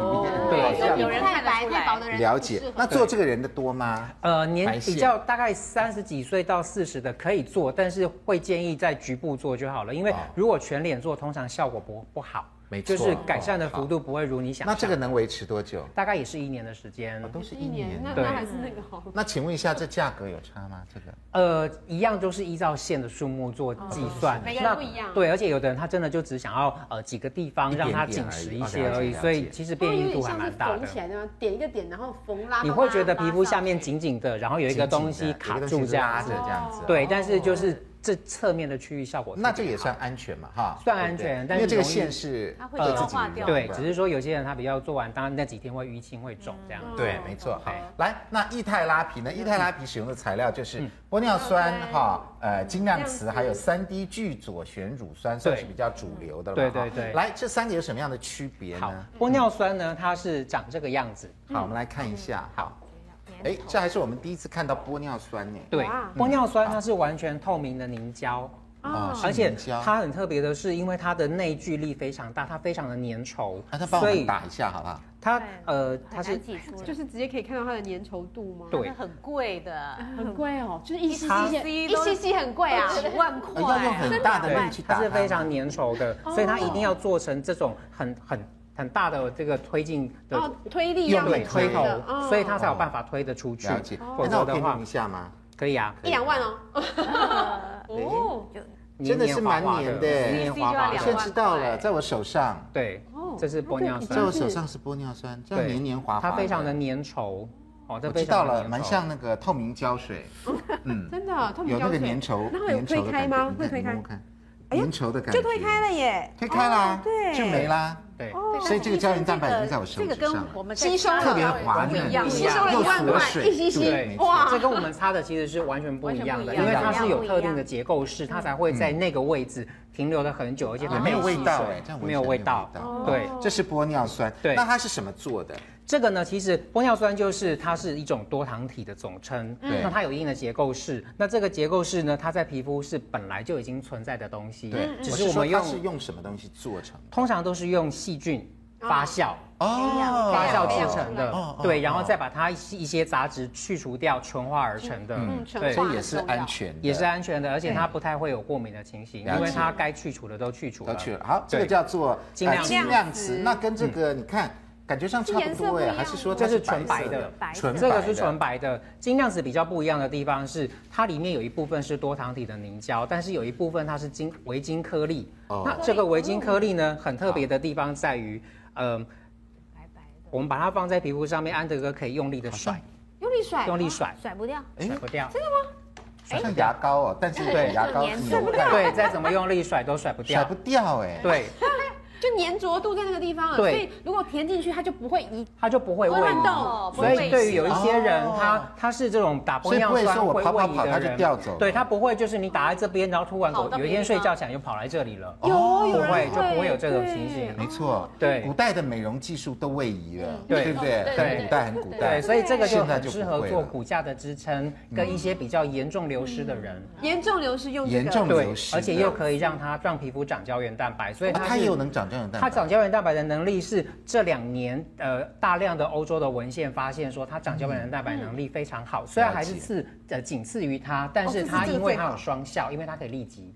对有人太看得白出来太薄的人了解不适。合那做这个人的多吗？呃，白年比线较大概三十几岁到四十的可以做，但是会建议在局部做就好了，因为哦如果全脸做，通常效果不不好，没错哦就是改善的幅度不会如你想那象。这个能维持多久？大概也是一年的时间，都是一年。那对那还是那个好。那请问一下，这价格有差吗？这个呃，一样都是依照线的数目做计哦算，每个人不一样对，而且有的人他真的就只想要呃几个地方一点让点它紧实一些而而已哦了解了已，解所以其实变异度还蛮哦大的。来那样，点一个点，然后缝拉你会觉得皮肤下面紧紧的，然后有一个东西卡住这拉样着子，这样子。对，但是就是这侧面的区域效果特别那好，这个也算安全嘛，哈？算安对全不对因但是为这个容易线是它会呃消自己化移掉动对，的只是说有些人他比较做完，当然那几天会淤青会肿这样。嗯对，没错。嗯好 OK，来，那液态拉皮呢？液态拉皮使用的材料就是嗯玻尿酸哈，呃，精量嗯量瓷，子还有三 D 聚左旋乳酸，算是对比较主流的了。对哈对对来，这三个有什么样的区别好呢？，玻尿酸呢，它是长这个样子，好，我们来看一下。好，嗯哎，这还是我们第一次看到玻尿酸呢。对，玻尿酸它是完全透明的凝胶。嗯哦，啊而且是凝胶它很特别的是，因为它的内聚力非常大，它非常的粘稠啊，那，帮我所们以打一下好不好？它呃，它很是难挤出来。就是直接可以看到它的粘稠度吗？对那很贵的，很贵哦，就是一 CC 一 cc 很哎贵啊，几万呃要用块，很大的对力去，打它它是非常粘稠的，所以它一定要做成这种很很很大的这个推进的哦，推力要用很力对强推推头的嗯，所以它才有办法推得出去哦了解。。否哎那则我可的以话弄一下吗？可以啊，哦一两万哦，呃哎哦，真的是蛮黏滑滑黏的哦黏黏滑就滑我要现两万在的。知道块了，在我手上，对，这是玻尿在我酸，手上是玻尿酸，这样对黏黏滑滑的。它非常的粘稠。哦，这我非知常道的了，粘稠蛮像那个透明胶水，嗯，真的， 透明有胶那个水粘稠，然后有粘稠推的开感觉吗你看你会推开哎摸摸看，粘稠的感觉就推开，了耶，推开啦哦，对，就没啦。对，所以这个胶原蛋白已经在我手这指个上跟了我们在吸收了特别滑不嫩，一样吸收了又一万锁块水一 cc 对没错哇这跟我们擦的其实是完全不一样的，完因全不为一样它是有特定的结构式，它才会在那个位置停留的很久，而且它也嗯哦没有可以味吸道水哎，这样闻起来没有味道。对，这是玻尿酸，哦对那它是什么做的？这个呢，其实玻尿酸就是它是一种多糖体的总称，嗯对那它有一定的结构式，那这个结构式呢，它在皮肤是本来就已经存在的东西，对，只我是是我说们用它是用什么东西做成的？通常都是用细菌发酵。哦发酵制哦成的哦哦，对，哦然后再把它一些一些杂质去除掉，纯化而成嗯的，对所以也是安全的，也是安全的，而且它不太会有过敏的情形，了解因为它该去除的都去除都了。去了。好，这个对叫做精呃量精嗯量词，那跟这个你看感觉上差不多哎，还是说它这是纯白白的白色纯这个白的是纯白的，精量子比较不一样的地方是，它里面有一部分是多糖体的凝胶，但是有一部分它是晶维晶颗粒。哦那这个维晶颗粒呢，很特别的地方在于，嗯、我们把它放在皮肤上面，安德哥可以用力的甩，用力甩，用力甩，甩不掉，哎甩不掉。像牙膏哦，但是对牙膏粘扭蛋 对，再怎么用力甩都甩不甩掉不。掉哎，对，就粘着度在那个地方了，啊所对以如果填进去，它就不会移它就不会位移。乱动，不所会以对于有一些人哦，他他是这种打玻尿所以不会酸说我会跑跑位移跑它的就人，掉走了对他不会就是你打在这边，然后突然跑到有一别天的睡地觉起来就跑来这里了，哦不会人就不会有这种情形。没错，对古代的美容技术都位移了，对对不对？对很古代，很古代对，。所以这个就现在很就不适合会做了骨架的支撑，跟一些比较严重流失的人，严重流失用这个严重对流，失的，而且又可以让它让皮肤长胶原蛋白，所以啊它是也有能长这样的蛋白，它长胶原蛋白的能力是这两年呃大量的欧洲的文献发现说，它长胶原蛋白能力非常嗯好，虽然还是次呃仅哦次于它，但是它因为它有双效，因为它可以立即，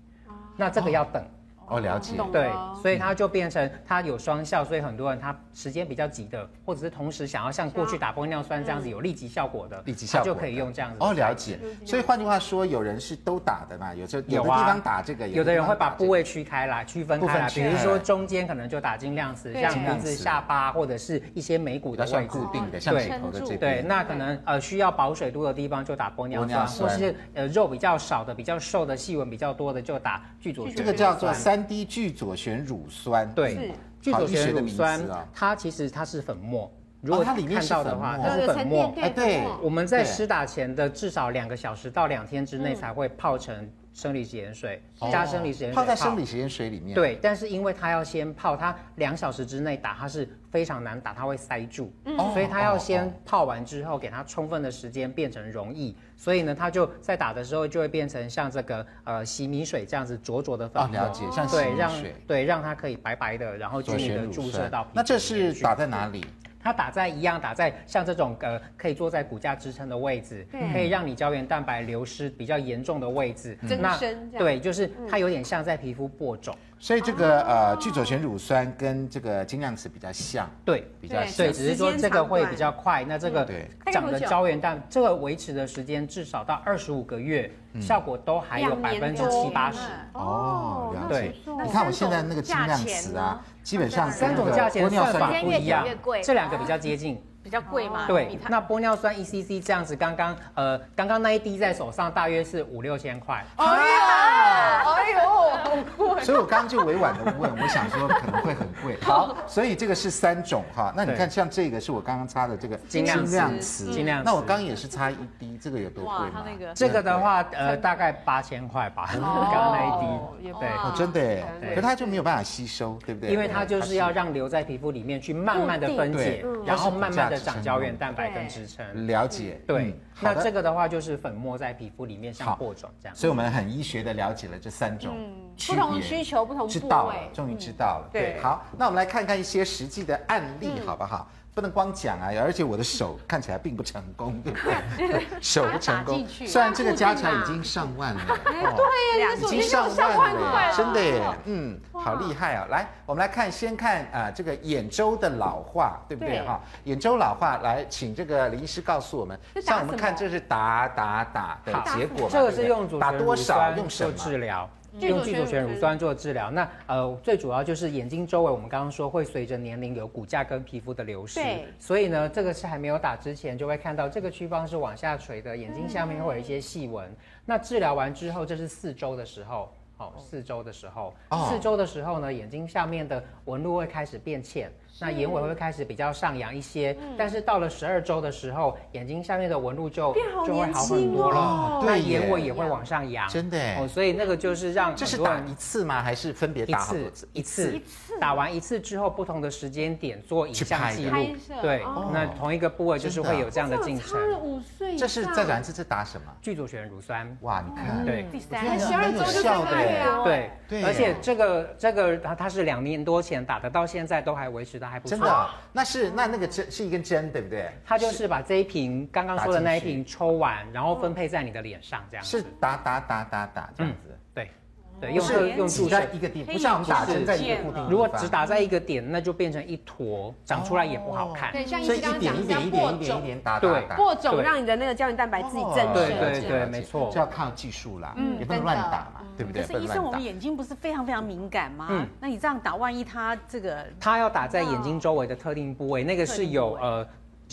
那这个要等。哦，了解。懂对了，所以它就变成它有双效，所以很多人他时间比较急的，或者是同时想要像过去打玻尿酸这样子有立即效果的，立即效果它的就可以用这样子。哦，了解。所以换句话说，有人是都打的嘛，有这有有的啊地方打这个，有的人地会方把打这个部位区开来、区分开来，部分区比开来如说中间可能就打精量词，像精量鼻词子、下巴或者是一些眉骨比的较位算置固。定的，像对指头的这边。对，那可能呃需要保水度的地方就打玻尿玻尿酸，酸或是呃肉比较少的、比较瘦的、细纹比较多的就打聚左旋。这个叫做三 D 聚左旋乳酸。对聚好左医学旋的乳名酸字啊，哦它其实它是粉末，如果它里面看是到的粉话，末它是粉末。哎，对，我们在对施打前的至少两个小时到两天之内才会泡成生理盐水，加生理盐水哦泡在生理食盐水里面。，对，但是因为它要先泡，它两小时之内打它是非常难打，它会塞住，嗯所哦以它要先泡完之后，给它充分的时间变成溶液，所以呢，它就在打的时候就会变成像这个呃洗米水这样子浊浊的粉哦，末，了解，像洗对，让米水。对让它可以白白的，然后均左匀旋的乳注射酸到皮。那这是打在哪里？它打在一样，打在像这种呃可以坐在骨架支撑的位置，嗯可以让你胶原蛋白流失比较严重的位置。增那生这样对，就是嗯它有点像在皮肤播种，所以这个呃聚左旋乳酸跟这个精量词比较像，对。比较像对，只是说这个会比较快，那这个对长的胶原蛋，这个维持的时间至少到二十五个月，嗯效果都还有百分之七八十。哦，了解对。你看我现在那个精量词啊，基本上三种价钱玻尿算法酸不一样时间越久越贵，啊这两个比较接近。比较贵嘛，对比，它那玻尿酸 E ECC 哦这样子，刚刚呃，刚刚那一滴在手上大约是五六千块。哎呀，哎呦，好贵！所以我刚刚就委婉的问， 我想说可能会很贵。好，所以这个是三种哈。那你看，对像这个是我刚刚擦的这个精酿瓷，瓷精酿瓷那我刚刚也是擦一滴，这个有多贵哇，吗他？那个这个的话，呃，大概八千块吧，刚哦刚那一滴，也不对。哦，真的耶，对可它就没有办法吸收，对不对？因为它就是要让留在皮肤里面去慢慢的分解嗯固定，然后慢慢的长胶原蛋白跟支撑。了解。对嗯，好那的这个的话就是粉末在皮肤里面好像播种这样。所以我们很医学的了解了这三种嗯区不别、同需求不同部位欸嗯知道哎了，终于知道了。对，对嗯好，那我们来看看一些实际的案例，好不好？不能光讲啊，而且我的手看起来并不成功，对不 对？手不成打功进，去啊虽然这个加起来已经上万了，哦两已经上万了，真的耶，嗯，好厉害啊！来，我们来看，先看啊、呃这个兖州的老化，对不对对哈？兖州老化，来，请这个林医师告诉我们这，打像我们什么看这是打打打的好结果嘛，这对个不对是用左打旋多乳少，酸用什做么？治疗。嗯用聚左旋乳酸做治疗，那呃最主要就是眼睛周围，我们刚刚说会随着年龄有骨架跟皮肤的流失对，所以呢，这个是还没有打之前就会看到这个区方是往下垂的，眼睛下面会有一些细纹。那治疗完之后，这是四周的时候，哦，四周的时候，哦四周的时候呢，眼睛下面的纹路会开始变浅，那眼尾会开始比较上扬一些，嗯但是到了十二周的时候，眼睛下面的纹路就变好就会年好轻很多了，哦那对耶眼尾也会往上扬，真的耶哦，所以那个就是让这是很多打人一次吗？还是分别一打好次多次？一次打完一次之后，不同的时间点做影像记去录拍的拍摄，对哦，那同一个部位就是会有这样的进差了程。五岁以这上，是再讲一次，这打什么？聚左旋乳酸，哇，你看，对第我觉得三，12哦那蛮有周就这效的个耶月啊，对对，而且这个这个它它是两年多前打的，到现在都还维持的还不错。真的啊，那是那那个针是一根针，对不对？它就是把这一瓶刚刚说的那一打进瓶抽完，然后分配在你的脸上这样子。是打打打打打这样子。对，对，不嗯用是特用挤注在射。一个地方，黑不像我们打针眼在睛一个不固见了定地如果方嗯只打在一个点，那就变成一坨，长出来也不哦好看。对，像医所以师一刚点刚一讲，点一点像播一点一种，点打打对打。播种对让你的那个胶原蛋白自己增哦生。对对了解对了解没错这要靠技术啦，嗯也不能真的乱打嘛，对不对？可是不能医乱生，我打们。眼睛不是非常非常敏感吗？嗯那你这样打，万一他这个它要打在眼睛周围的特定部位，那个是有呃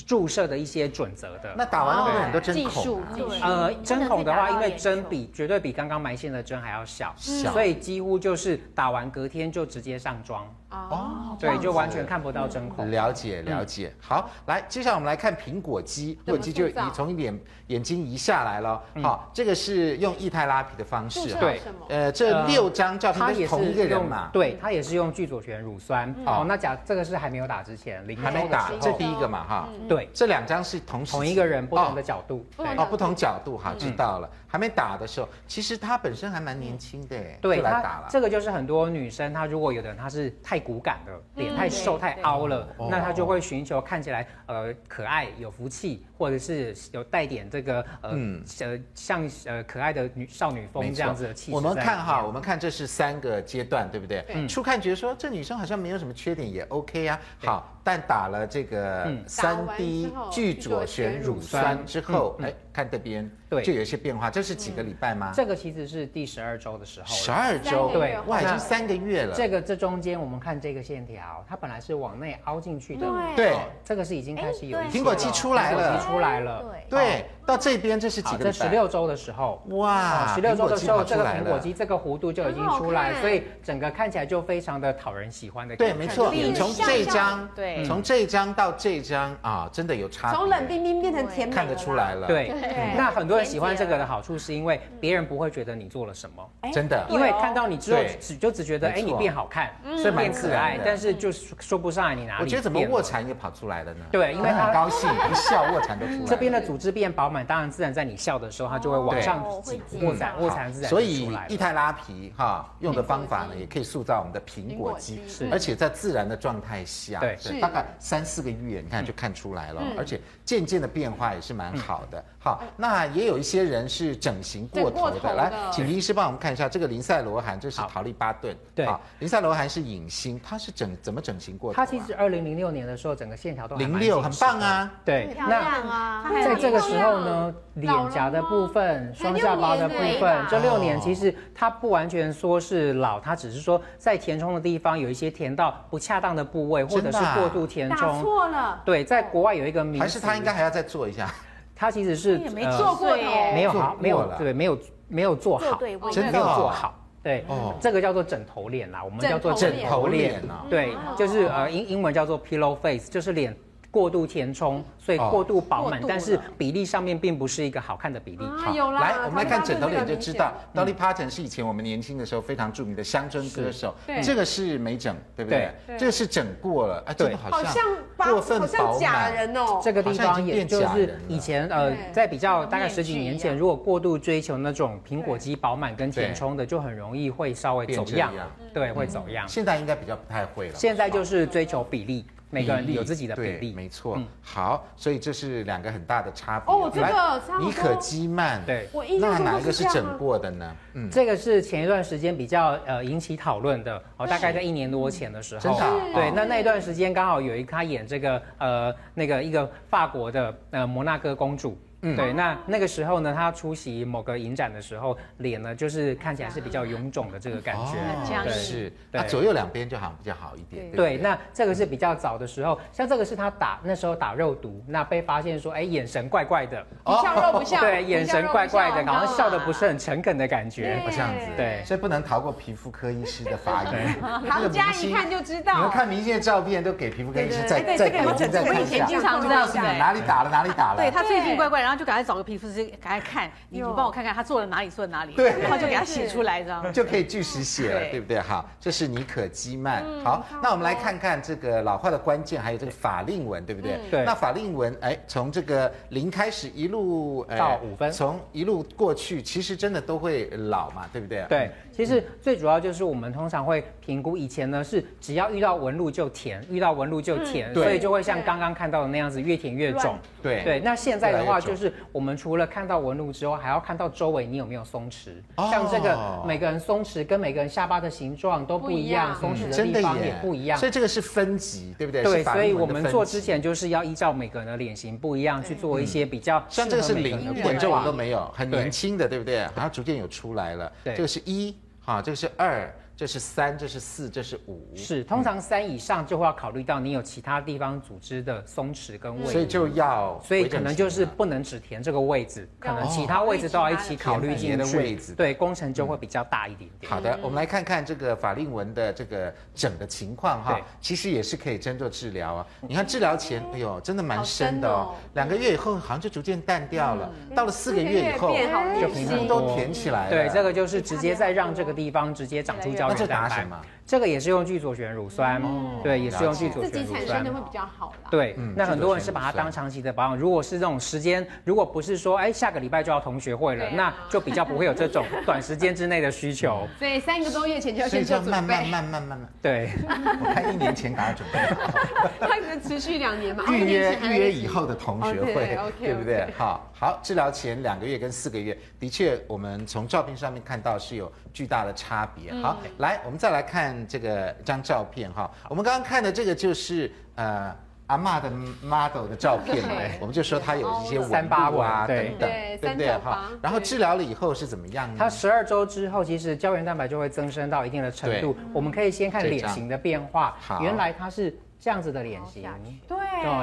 注射的一些准则的。那打完了会不会很多针技术孔啊，技术呃，真的针是孔的打话，到因为眼针球比绝对比刚刚埋线的针还要小，小所以几乎就是打完隔天就直接上妆，啊哦，对，就完全看不到针孔。了解了嗯解。好，来，接下来我们来看苹果肌，苹果肌就移从脸眼睛移下来了。好，这个是用液态拉皮的方式，对嗯什么？呃，这呃六张照片它都是也同是一个人用嘛，对，它也是用聚左旋乳酸。好哦，那假这个是还没有打之前，零还没周的打哦时，这候第一个嘛哈，嗯对，这两张是同时同一个人不哦同的嗯角度，不对同角哦，不同角度哈，知道了。还没打的时候，其实他本身还蛮年轻的耶，嗯对就来它打了。这个就是很多女生，她如果有的人她是太骨感的，嗯脸太瘦太凹了，哦那她就会寻求看起来呃可爱有福气，或者是有带点这个呃、嗯呃像呃可爱的女少女没风错这样子的气质。我们看哈，，我们看这是三个阶段，对不对？嗯初看觉得说这女生好像没有什么缺点，也 OK 啊。好，但打了这个嗯三打完之 D 后聚左旋乳酸之后，哎，看这边，嗯对嗯就有一些变化。这是几个礼拜吗？这个其实是第十二周的时候了。十二周，三个月哇，已经那三个月了。这个这中间我们看这个线条，它本来是往内凹进去的，对这个是已经开始有一哎些对苹果肌出来了苹果肌出来了，对对，到这边这是几好，个这礼十拜？六周的时候，哇，哦十六周的时候，啊苹果肌跑这出个来苹了果肌这个弧度就已经出很好来，看所以整个看起来就非常的讨人喜欢的感对，觉。没错，很从像这像张，对从这张到这张啊，真的有差别，从冷冰冰变成甜美，看得出来。了，，对，嗯对那很多人喜欢这个的好处是因为别人不会觉得你做了什么，哎真的，因为看到你之后哎对只就只觉得没哎错你变好看，所以蛮变自可然爱的，但是就是说不上来你哪里。我觉得怎么卧？蚕也跑出来了呢？对因我为很它高兴，一笑卧蚕都出来了。这边的组织变饱满，当然自然在你笑的时候，它就会往上哦挤会挤，卧好蚕卧蚕自然就所出以来一了。泰拉皮哈用的方法呢，也可以塑造我们的苹果肌苹果肌，是而且在自然的状态下，对嗯是大概三四个月，你看就看出来了，而且渐渐的变化也是蛮好的。好，那也有一些人是整形过头整过头的，的来，请林医师帮我们看一下这个林赛罗韩，这是桃利巴顿，对好林赛罗韩是影星，他是整怎么整形过头啊？它其实二零零六年的时候，整个线条都还蛮零六紧很实棒的。啊，对，漂那亮啊！还在有这个时候呢，脸颊的部分、双下巴的部分，这六哦年其实它不完全说是老，它只是说在填充的地方有一些填到不恰当的部位，或真的者是啊过度填打充。错了，对，在国外有一个名词，还是他应该还要再做一下，它其实是也没做过呃耶，没有做好，过没有了对，没有没有做做好，对位真没的有哦做好。对，哦这个叫做枕头脸啦，我们叫做枕枕头脸哦啊，对，就是呃英英文叫做 pillow face，就是脸过度填充，所以过度饱哦哦过满度，了但是比例上面并不是一个好看的比例。好啊，有啦。来，我们来看他枕头脸就知道他，Dolly Parton 是以前我们年轻的时候非常著名的乡村歌手是对，这个是没整，对不对对？这个是整过了，啊，真的对好好像像八过分好饱像假满。人哦，这个地好像方已经也变就假人了是以前呃对，在比较大概面具十几年前，一样如果过度追求那种苹果肌饱满跟填对充的，就很容易会稍微变走这样样，嗯对，会走样。现在应该比较不太会了。现在就是追求比例，每个比人例有自己的比对例。没错嗯。好，所以这是两个很大的差别。哦这个来差不多妮可基曼，对我印象那中哪都一个是是这样整啊过的呢？嗯，这个是前一段时间比较呃引起讨论的哦，大概在一年多前的时真候的啊，对，那那一段时间刚好有一他演这个呃那个一个法国的呃摩纳哥公主。嗯对，那那个时候呢，她出席某个影展的时候，脸呢就是看起来是比较臃肿的这个感觉，哦僵硬是，对那左右两边就好像比较好一点。不对，那这个是比较早的时候，像这个是他打那时候打肉毒，那被发现说，哎，眼神怪怪的，不哦像肉不像，啊对，眼神怪怪的，啊好像像笑的不是很诚恳的感觉。哦这样子，对所以不能逃过皮肤科医师的法眼。 行家一看就知你们道。看明星的照片都给皮肤科医师在对对在对这个有在这个看有一这下个经常就这样告诉你对哪里打了哪里打了。对他最近怪怪，然后就赶快找个皮肤师，赶快看，你你帮我看看他做了哪里做了哪里，对然后就给他写出来，这样。就可以据实写了，对对不对？好，这是妮可基曼。好，那我们来看看这个老化的关键，还有这个法令纹，对不对？对那法令纹，哎，从这个零开始一路呃到五分从一路过去，其实真的都会老嘛，对不对？对，其实最主要就是我们通常会评估，以前呢是只要遇到纹路就填，遇到纹路就填，对所以就会像刚刚看到的那样子，越填越肿。对对，那现在的越来话越肿就是我们除了看到纹路之后，还要看到周围你有没有松弛。哦像这个每个人松弛跟每个人下巴的形状都不一样，不松嗯弛的真的地方耶也不一样所。以这个是分级，对不对？对，是法所以令我纹的们分做级嗯之前就是要依照每个人的脸型不一样去做一些比较适像合每人的。这个是零，一点皱纹都没有，很对年轻的，对不对？好像逐渐有出来了。对这个是一，好，这个是二，这是三，这是四，这是五。是，通常三以上就会要考虑到你有其他地方组织的松弛跟位移，所以就要，所以可能就是啊不能只填这个位置，可能其他位置都要一起考虑进哦填别去，的位置嗯对工程就会比较大一点点。好的，我们来看看这个法令纹的这个整的情况哈对，哦其实也是可以针做治疗啊。你看治疗前，哎呦，真的蛮深的好哦深哦，两个月以后好像就逐渐淡掉了，到了四个月以后，变好就变皮细肤都填起来了。对，这个哎就是直接再让这个地方直接长出胶那这原打蛋什白。么？这个也是用聚左旋乳酸，对，也是用聚左哦自旋己乳产生酸的。会比较好啦。对，嗯那很多聚左旋乳人是把它酸当长期的保养。如果是这种时间，如果不是说，哎，下个礼拜就要同学会了，对啊那就比较不会有这 种短时间之内的需求。所以三个多月前就要所以先就做准要慢慢备，慢慢慢慢，对，我看一年前赶快准备好。 它可能持续两年嘛。 预一约年啊前还预来约得及以后的同学哦会对，OK， 对不对 OK？好好，治疗前两个月跟四个月，的确，我们从照片上面看到是有巨大的差别。好，嗯来，我们再来看这个张照片哈，我们刚刚看的这个就是呃。阿嬷的 model 的照片嘛对， 我们就说她有一些纹三八路啊纹对等等对，对不对三角八哈？然后对治疗了以后是怎么样呢？它十二周之后，其实胶原蛋白就会增生到一定的程度。我们可以先看这脸张型的变化好，原来它是这样子的脸型，哦，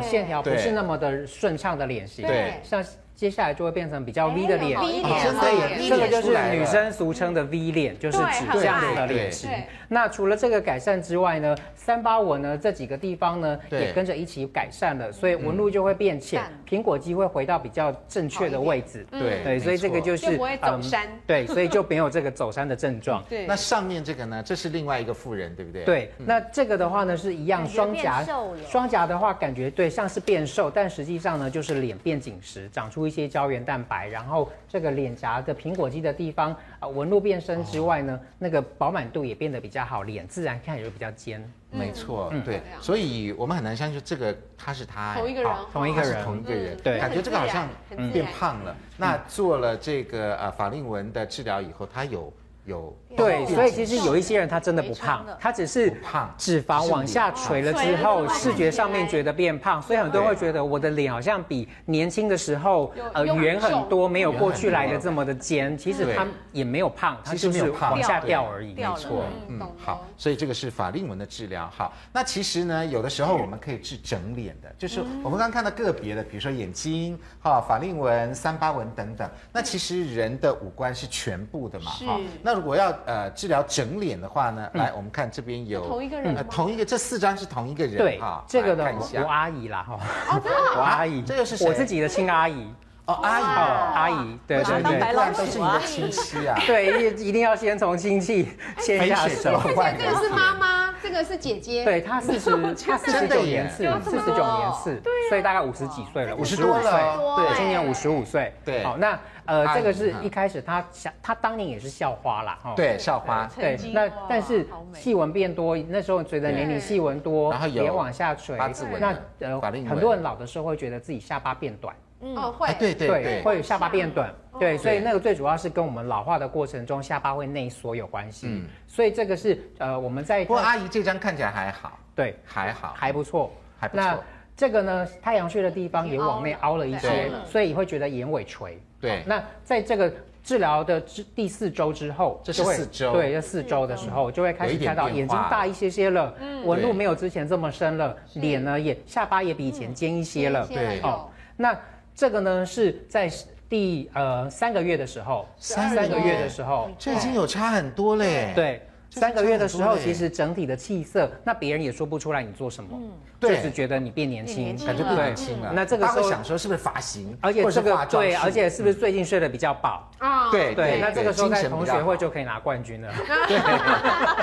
对，线条不对是那么的顺畅的脸型，对像接下来就会变成比较 V 的脸，有 V 脸真的耶哦，V 这个脸就出是来了女生俗称的 V 脸，就是指这样子的脸型对对对。那除了这个改善之外呢，三八纹呢这几个地方呢对也跟着一起改善了，所以纹路就会变浅，嗯苹果肌会回到比较正确的位置。对。对，所以这个就是是就不会走山嗯对，所以就没有这个走山的症状。对那上面这个呢？这是另外一个妇人，对不对？对，那这个的话呢是一样，感觉双颊变瘦了双颊的话感觉对像是变瘦，但实际上呢就是脸变紧实，长出一些胶原蛋白，然后这个脸颊的苹果肌的地方啊纹路变深之外呢，那个饱满度也变得比较好，脸自然看起来就比较尖。没错，对漂，亮所以我们很难相信这个他是他哎同一个人好同一个人他是同一个嗯人，对感觉这个好像嗯很嗯自然变胖了。那做了这个呃法令纹的治疗以后，他有有对，变所以紧其实有一些人他真的不胖，他只是不胖脂肪往下垂了之后，只是视觉上面觉得变胖，所以很多人会觉得我的脸好像比年轻的时候有呃有很圆很多，没有过去来圆很的多这么的尖。其实对它也没有胖，它其实就没是有胖往下对掉而已。掉了错，嗯嗯懂，好，所以这个是法令纹的治疗。好，那其实呢，有的时候我们可以治整脸的，就是嗯我们刚刚看到个别的，比如说眼睛、哈、法令纹、三八纹等等。那其实人的五官是全部的嘛，是嗯那那如果要呃治疗整脸的话呢，来我们看这边有同一个人呃吗同一个这四张是同一个人对哈，这个来的看一我我下阿姨啦哈，哦，真的 我阿姨，这个是谁我自己的亲阿姨，哦阿姨哦，阿姨，对为什么对你们当白对，突老然都鼠啊 是你的亲戚啊？对一一定要先从亲戚哎先下肥水手不。而流且这个是妈妈，这个是姐姐，对她四十，她四十真的九耶年次，四十九年次，所以大概五十几岁了， 50 55多了岁哦对，对今年五十五岁。对好，那呃阿，姨这个是嗯一开始她想，她当年也是校花啦，哦，对，校花，对曾，经那哇但是好美细纹变多，那时候随着年龄细纹多，然后有脸往下垂八字纹那了呃法令纹很多人老的时候会觉得自己下巴变短，哦啊会，对对对，会下巴变短，对，所以对那个最主要是跟我们老化的过程中下巴会内缩有关系嗯，所以这个是呃我们在不过阿啊姨这张看起来还好，对还好，还不错，还不那错，这个呢，太阳穴的地方也往内凹了一对些，所以会觉得眼尾垂。对那在这个治疗的之第四周之后，这是就会四周对，这四周的时候就会开有始一点看到变眼化睛大一些些了，纹路对没有之前这么深了，脸呢也下巴也比以前尖一些了。对哦，那这个呢是在第呃三个月的时候，三三个月的时候，这已经有差很多嘞。对，这是三个月的时候，差很多的耶其实整体的气色，那别人也说不出来你做什么，对就是觉得你嗯变年轻，感觉变年轻了。那这个他时会候，想说是不是发型，而且或这者是化个妆对，术而且是不是最近睡得比较饱？啊，哎对对，那这个时候精在神同比较学会好就可以拿冠军了。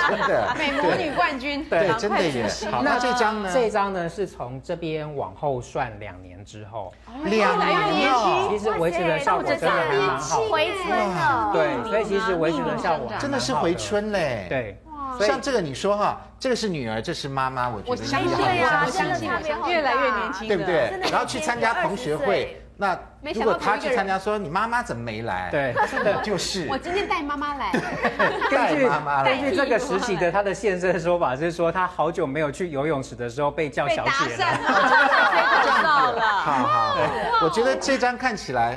真的美魔女冠军，对，赶真快的耶出席。好，那这张呢？这一张呢是从这边往后算两年之后，两年其哦，实维持的效果真的还蛮好的。回春哦了。对，所以其实维持的效果还蛮好真的是回春嘞。。对，所以像这个你说哈，这个是女儿，这是妈妈，我觉哦得我相信你对很呀、相啊，信真的你差别好大越来越年轻对不对真的？然后去参加同学会，那没如想到果他同一个去人参加，说你妈妈怎么没来？，对。就是我今天带妈妈来，带根据妈妈根来。据这个时期的他的现身说法是说，他好久没有去游泳池的时候被叫被小搭姐讪了。了，这样子到了。好好，好我觉得这张看起来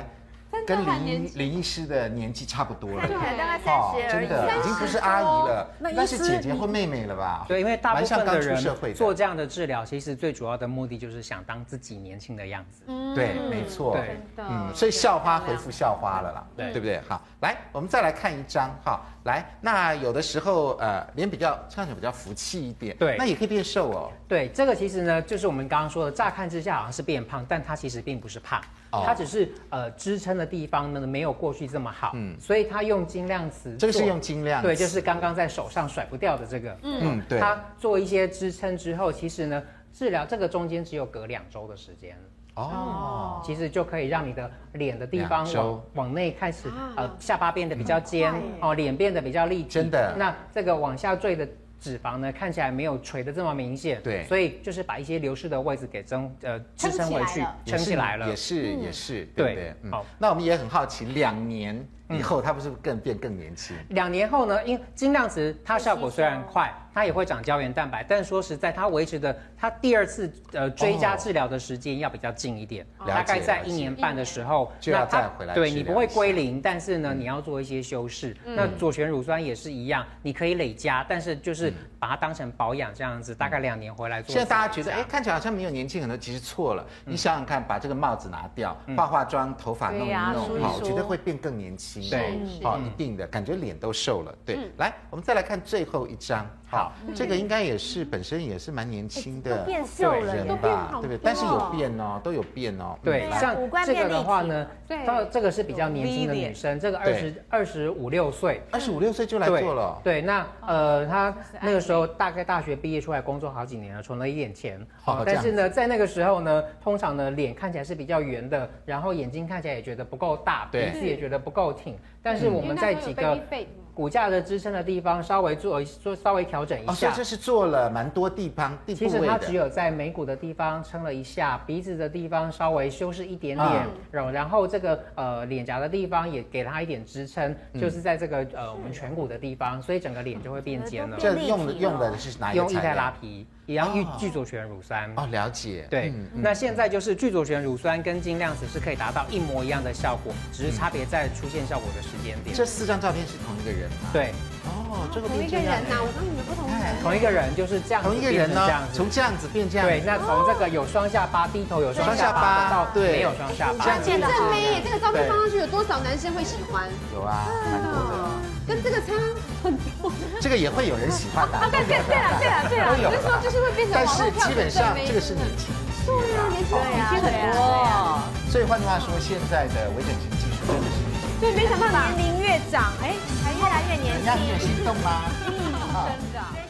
的跟很林年医林医师的年纪差不多了。看起来大概三哦十而真已。的已经不是阿姨了，那那是医师姐姐或妹妹了吧？对，因为大部分的蛮像刚出人社会做的，这样的治疗，其实最主要的目的就是想当自己年轻的样子。对，没错，对嗯，所以校花回复校花了啦，对对不对？好，来，我们再来看一张哈，来，那有的时候呃，脸比较看起来比较福气一点，对那也可以变瘦哦，对，这个其实呢，就是我们刚刚说的，乍看之下好像是变胖，但它其实并不是胖，哦它只是呃支撑的地方呢没有过去这么好，嗯所以它用精量词做，这个是用精量词对，就是刚刚在手上甩不掉的这个，嗯，对，它做一些支撑之后，其实呢，治疗这个中间只有隔两周的时间。哦，其实就可以让你的脸的地方两周往往内开始，呃，下巴变得比较尖哦，脸变得比较立体。真的那这个往下坠的脂肪呢，看起来没有垂的这么明显。对所以就是把一些流失的位置给增呃支撑回去，也撑是起来了也。是也是，对不对对？嗯好，那我们也很好奇，两年以后她不是更变更年轻？两年后呢，因精量值它效果虽然快，它也会长胶原蛋白，但说实在，它维持的它第二次呃追加治疗的时间要比较近一点，哦大概在了解一年半的时候，就要那它再回来对治你疗不会一下嗯归零，但是呢，你要做一些修饰。那左旋乳酸也是一样，你可以累加，但是就是把它当成保养这样子，大概两年回来做一嗯现次在累大加。家觉得，哎，看起来好像没有年轻很多，其实错了。你想想看，把这个帽子拿掉，嗯化化妆，头发弄一对呀梳弄，一好，我梳觉得会变更年轻。对是好，一定的感觉脸都瘦了。对，来，我们再来看最后一张。好，这个应该也是本身也是蛮年轻哎都的变瘦了耶人吧，对不对？但是有变哦，都有变哦。对，嗯来像五官这个变的立话体呢，对到这个是比较年有轻的 V 女脸生，这个二对十二十五六岁，二十五六岁就来对做了。对，那呃，他那个时候大概大学毕业出来工作好几年了，存了一点钱。哦呃这但样是呢，在那个时候呢，通常呢，脸看起来是比较圆的，然后眼睛看起来也觉得不够大，鼻对子也觉得不够挺。但是因我为嗯们那在时候有几 baby 个 fat 嘛骨架的支撑的地方稍微做做稍微调整一哦，所以。下这是做了蛮多地方地部其实位它只的。有在眉骨的地方撑了一下，鼻子的地方稍微修饰一点啊点，然后然后这个呃脸颊的地方也给它一点支撑，嗯就是在这个呃我们颧骨的地方，所以整个脸就会变尖了。这用的用的是哪一个哦材用料？异代拉皮，也用哦聚聚左旋乳酸。哦，了解。对嗯，那现在就是聚左旋乳酸跟精量子是可以达到一模一样的效果，只是差别在出现效果的时间点这。四张照片是同一个人吗？。对，哦，这个同变一个这样啊啊人呐，我跟你们不同人，同一个人就是这样，同一个人呢这样，子从。这样子变这样子，对，那从这个有双下巴，低头有双双下下巴巴到对没有双下巴，这样子正妹耶，这个照片放上去有多少男生会喜欢？哦有啊，蛮多的。跟这个差很多。这个也会有人喜欢的。哦对对对了对了对了，都有我是说就是会变成但网是络基票本选上证没这个是你真的亲对啊，年轻啊人很对啊多哦。所以换句话说，现在的微整形技术真的是对，没想到年龄越长，哎，还越来越年能让人轻。心动吗？真的。真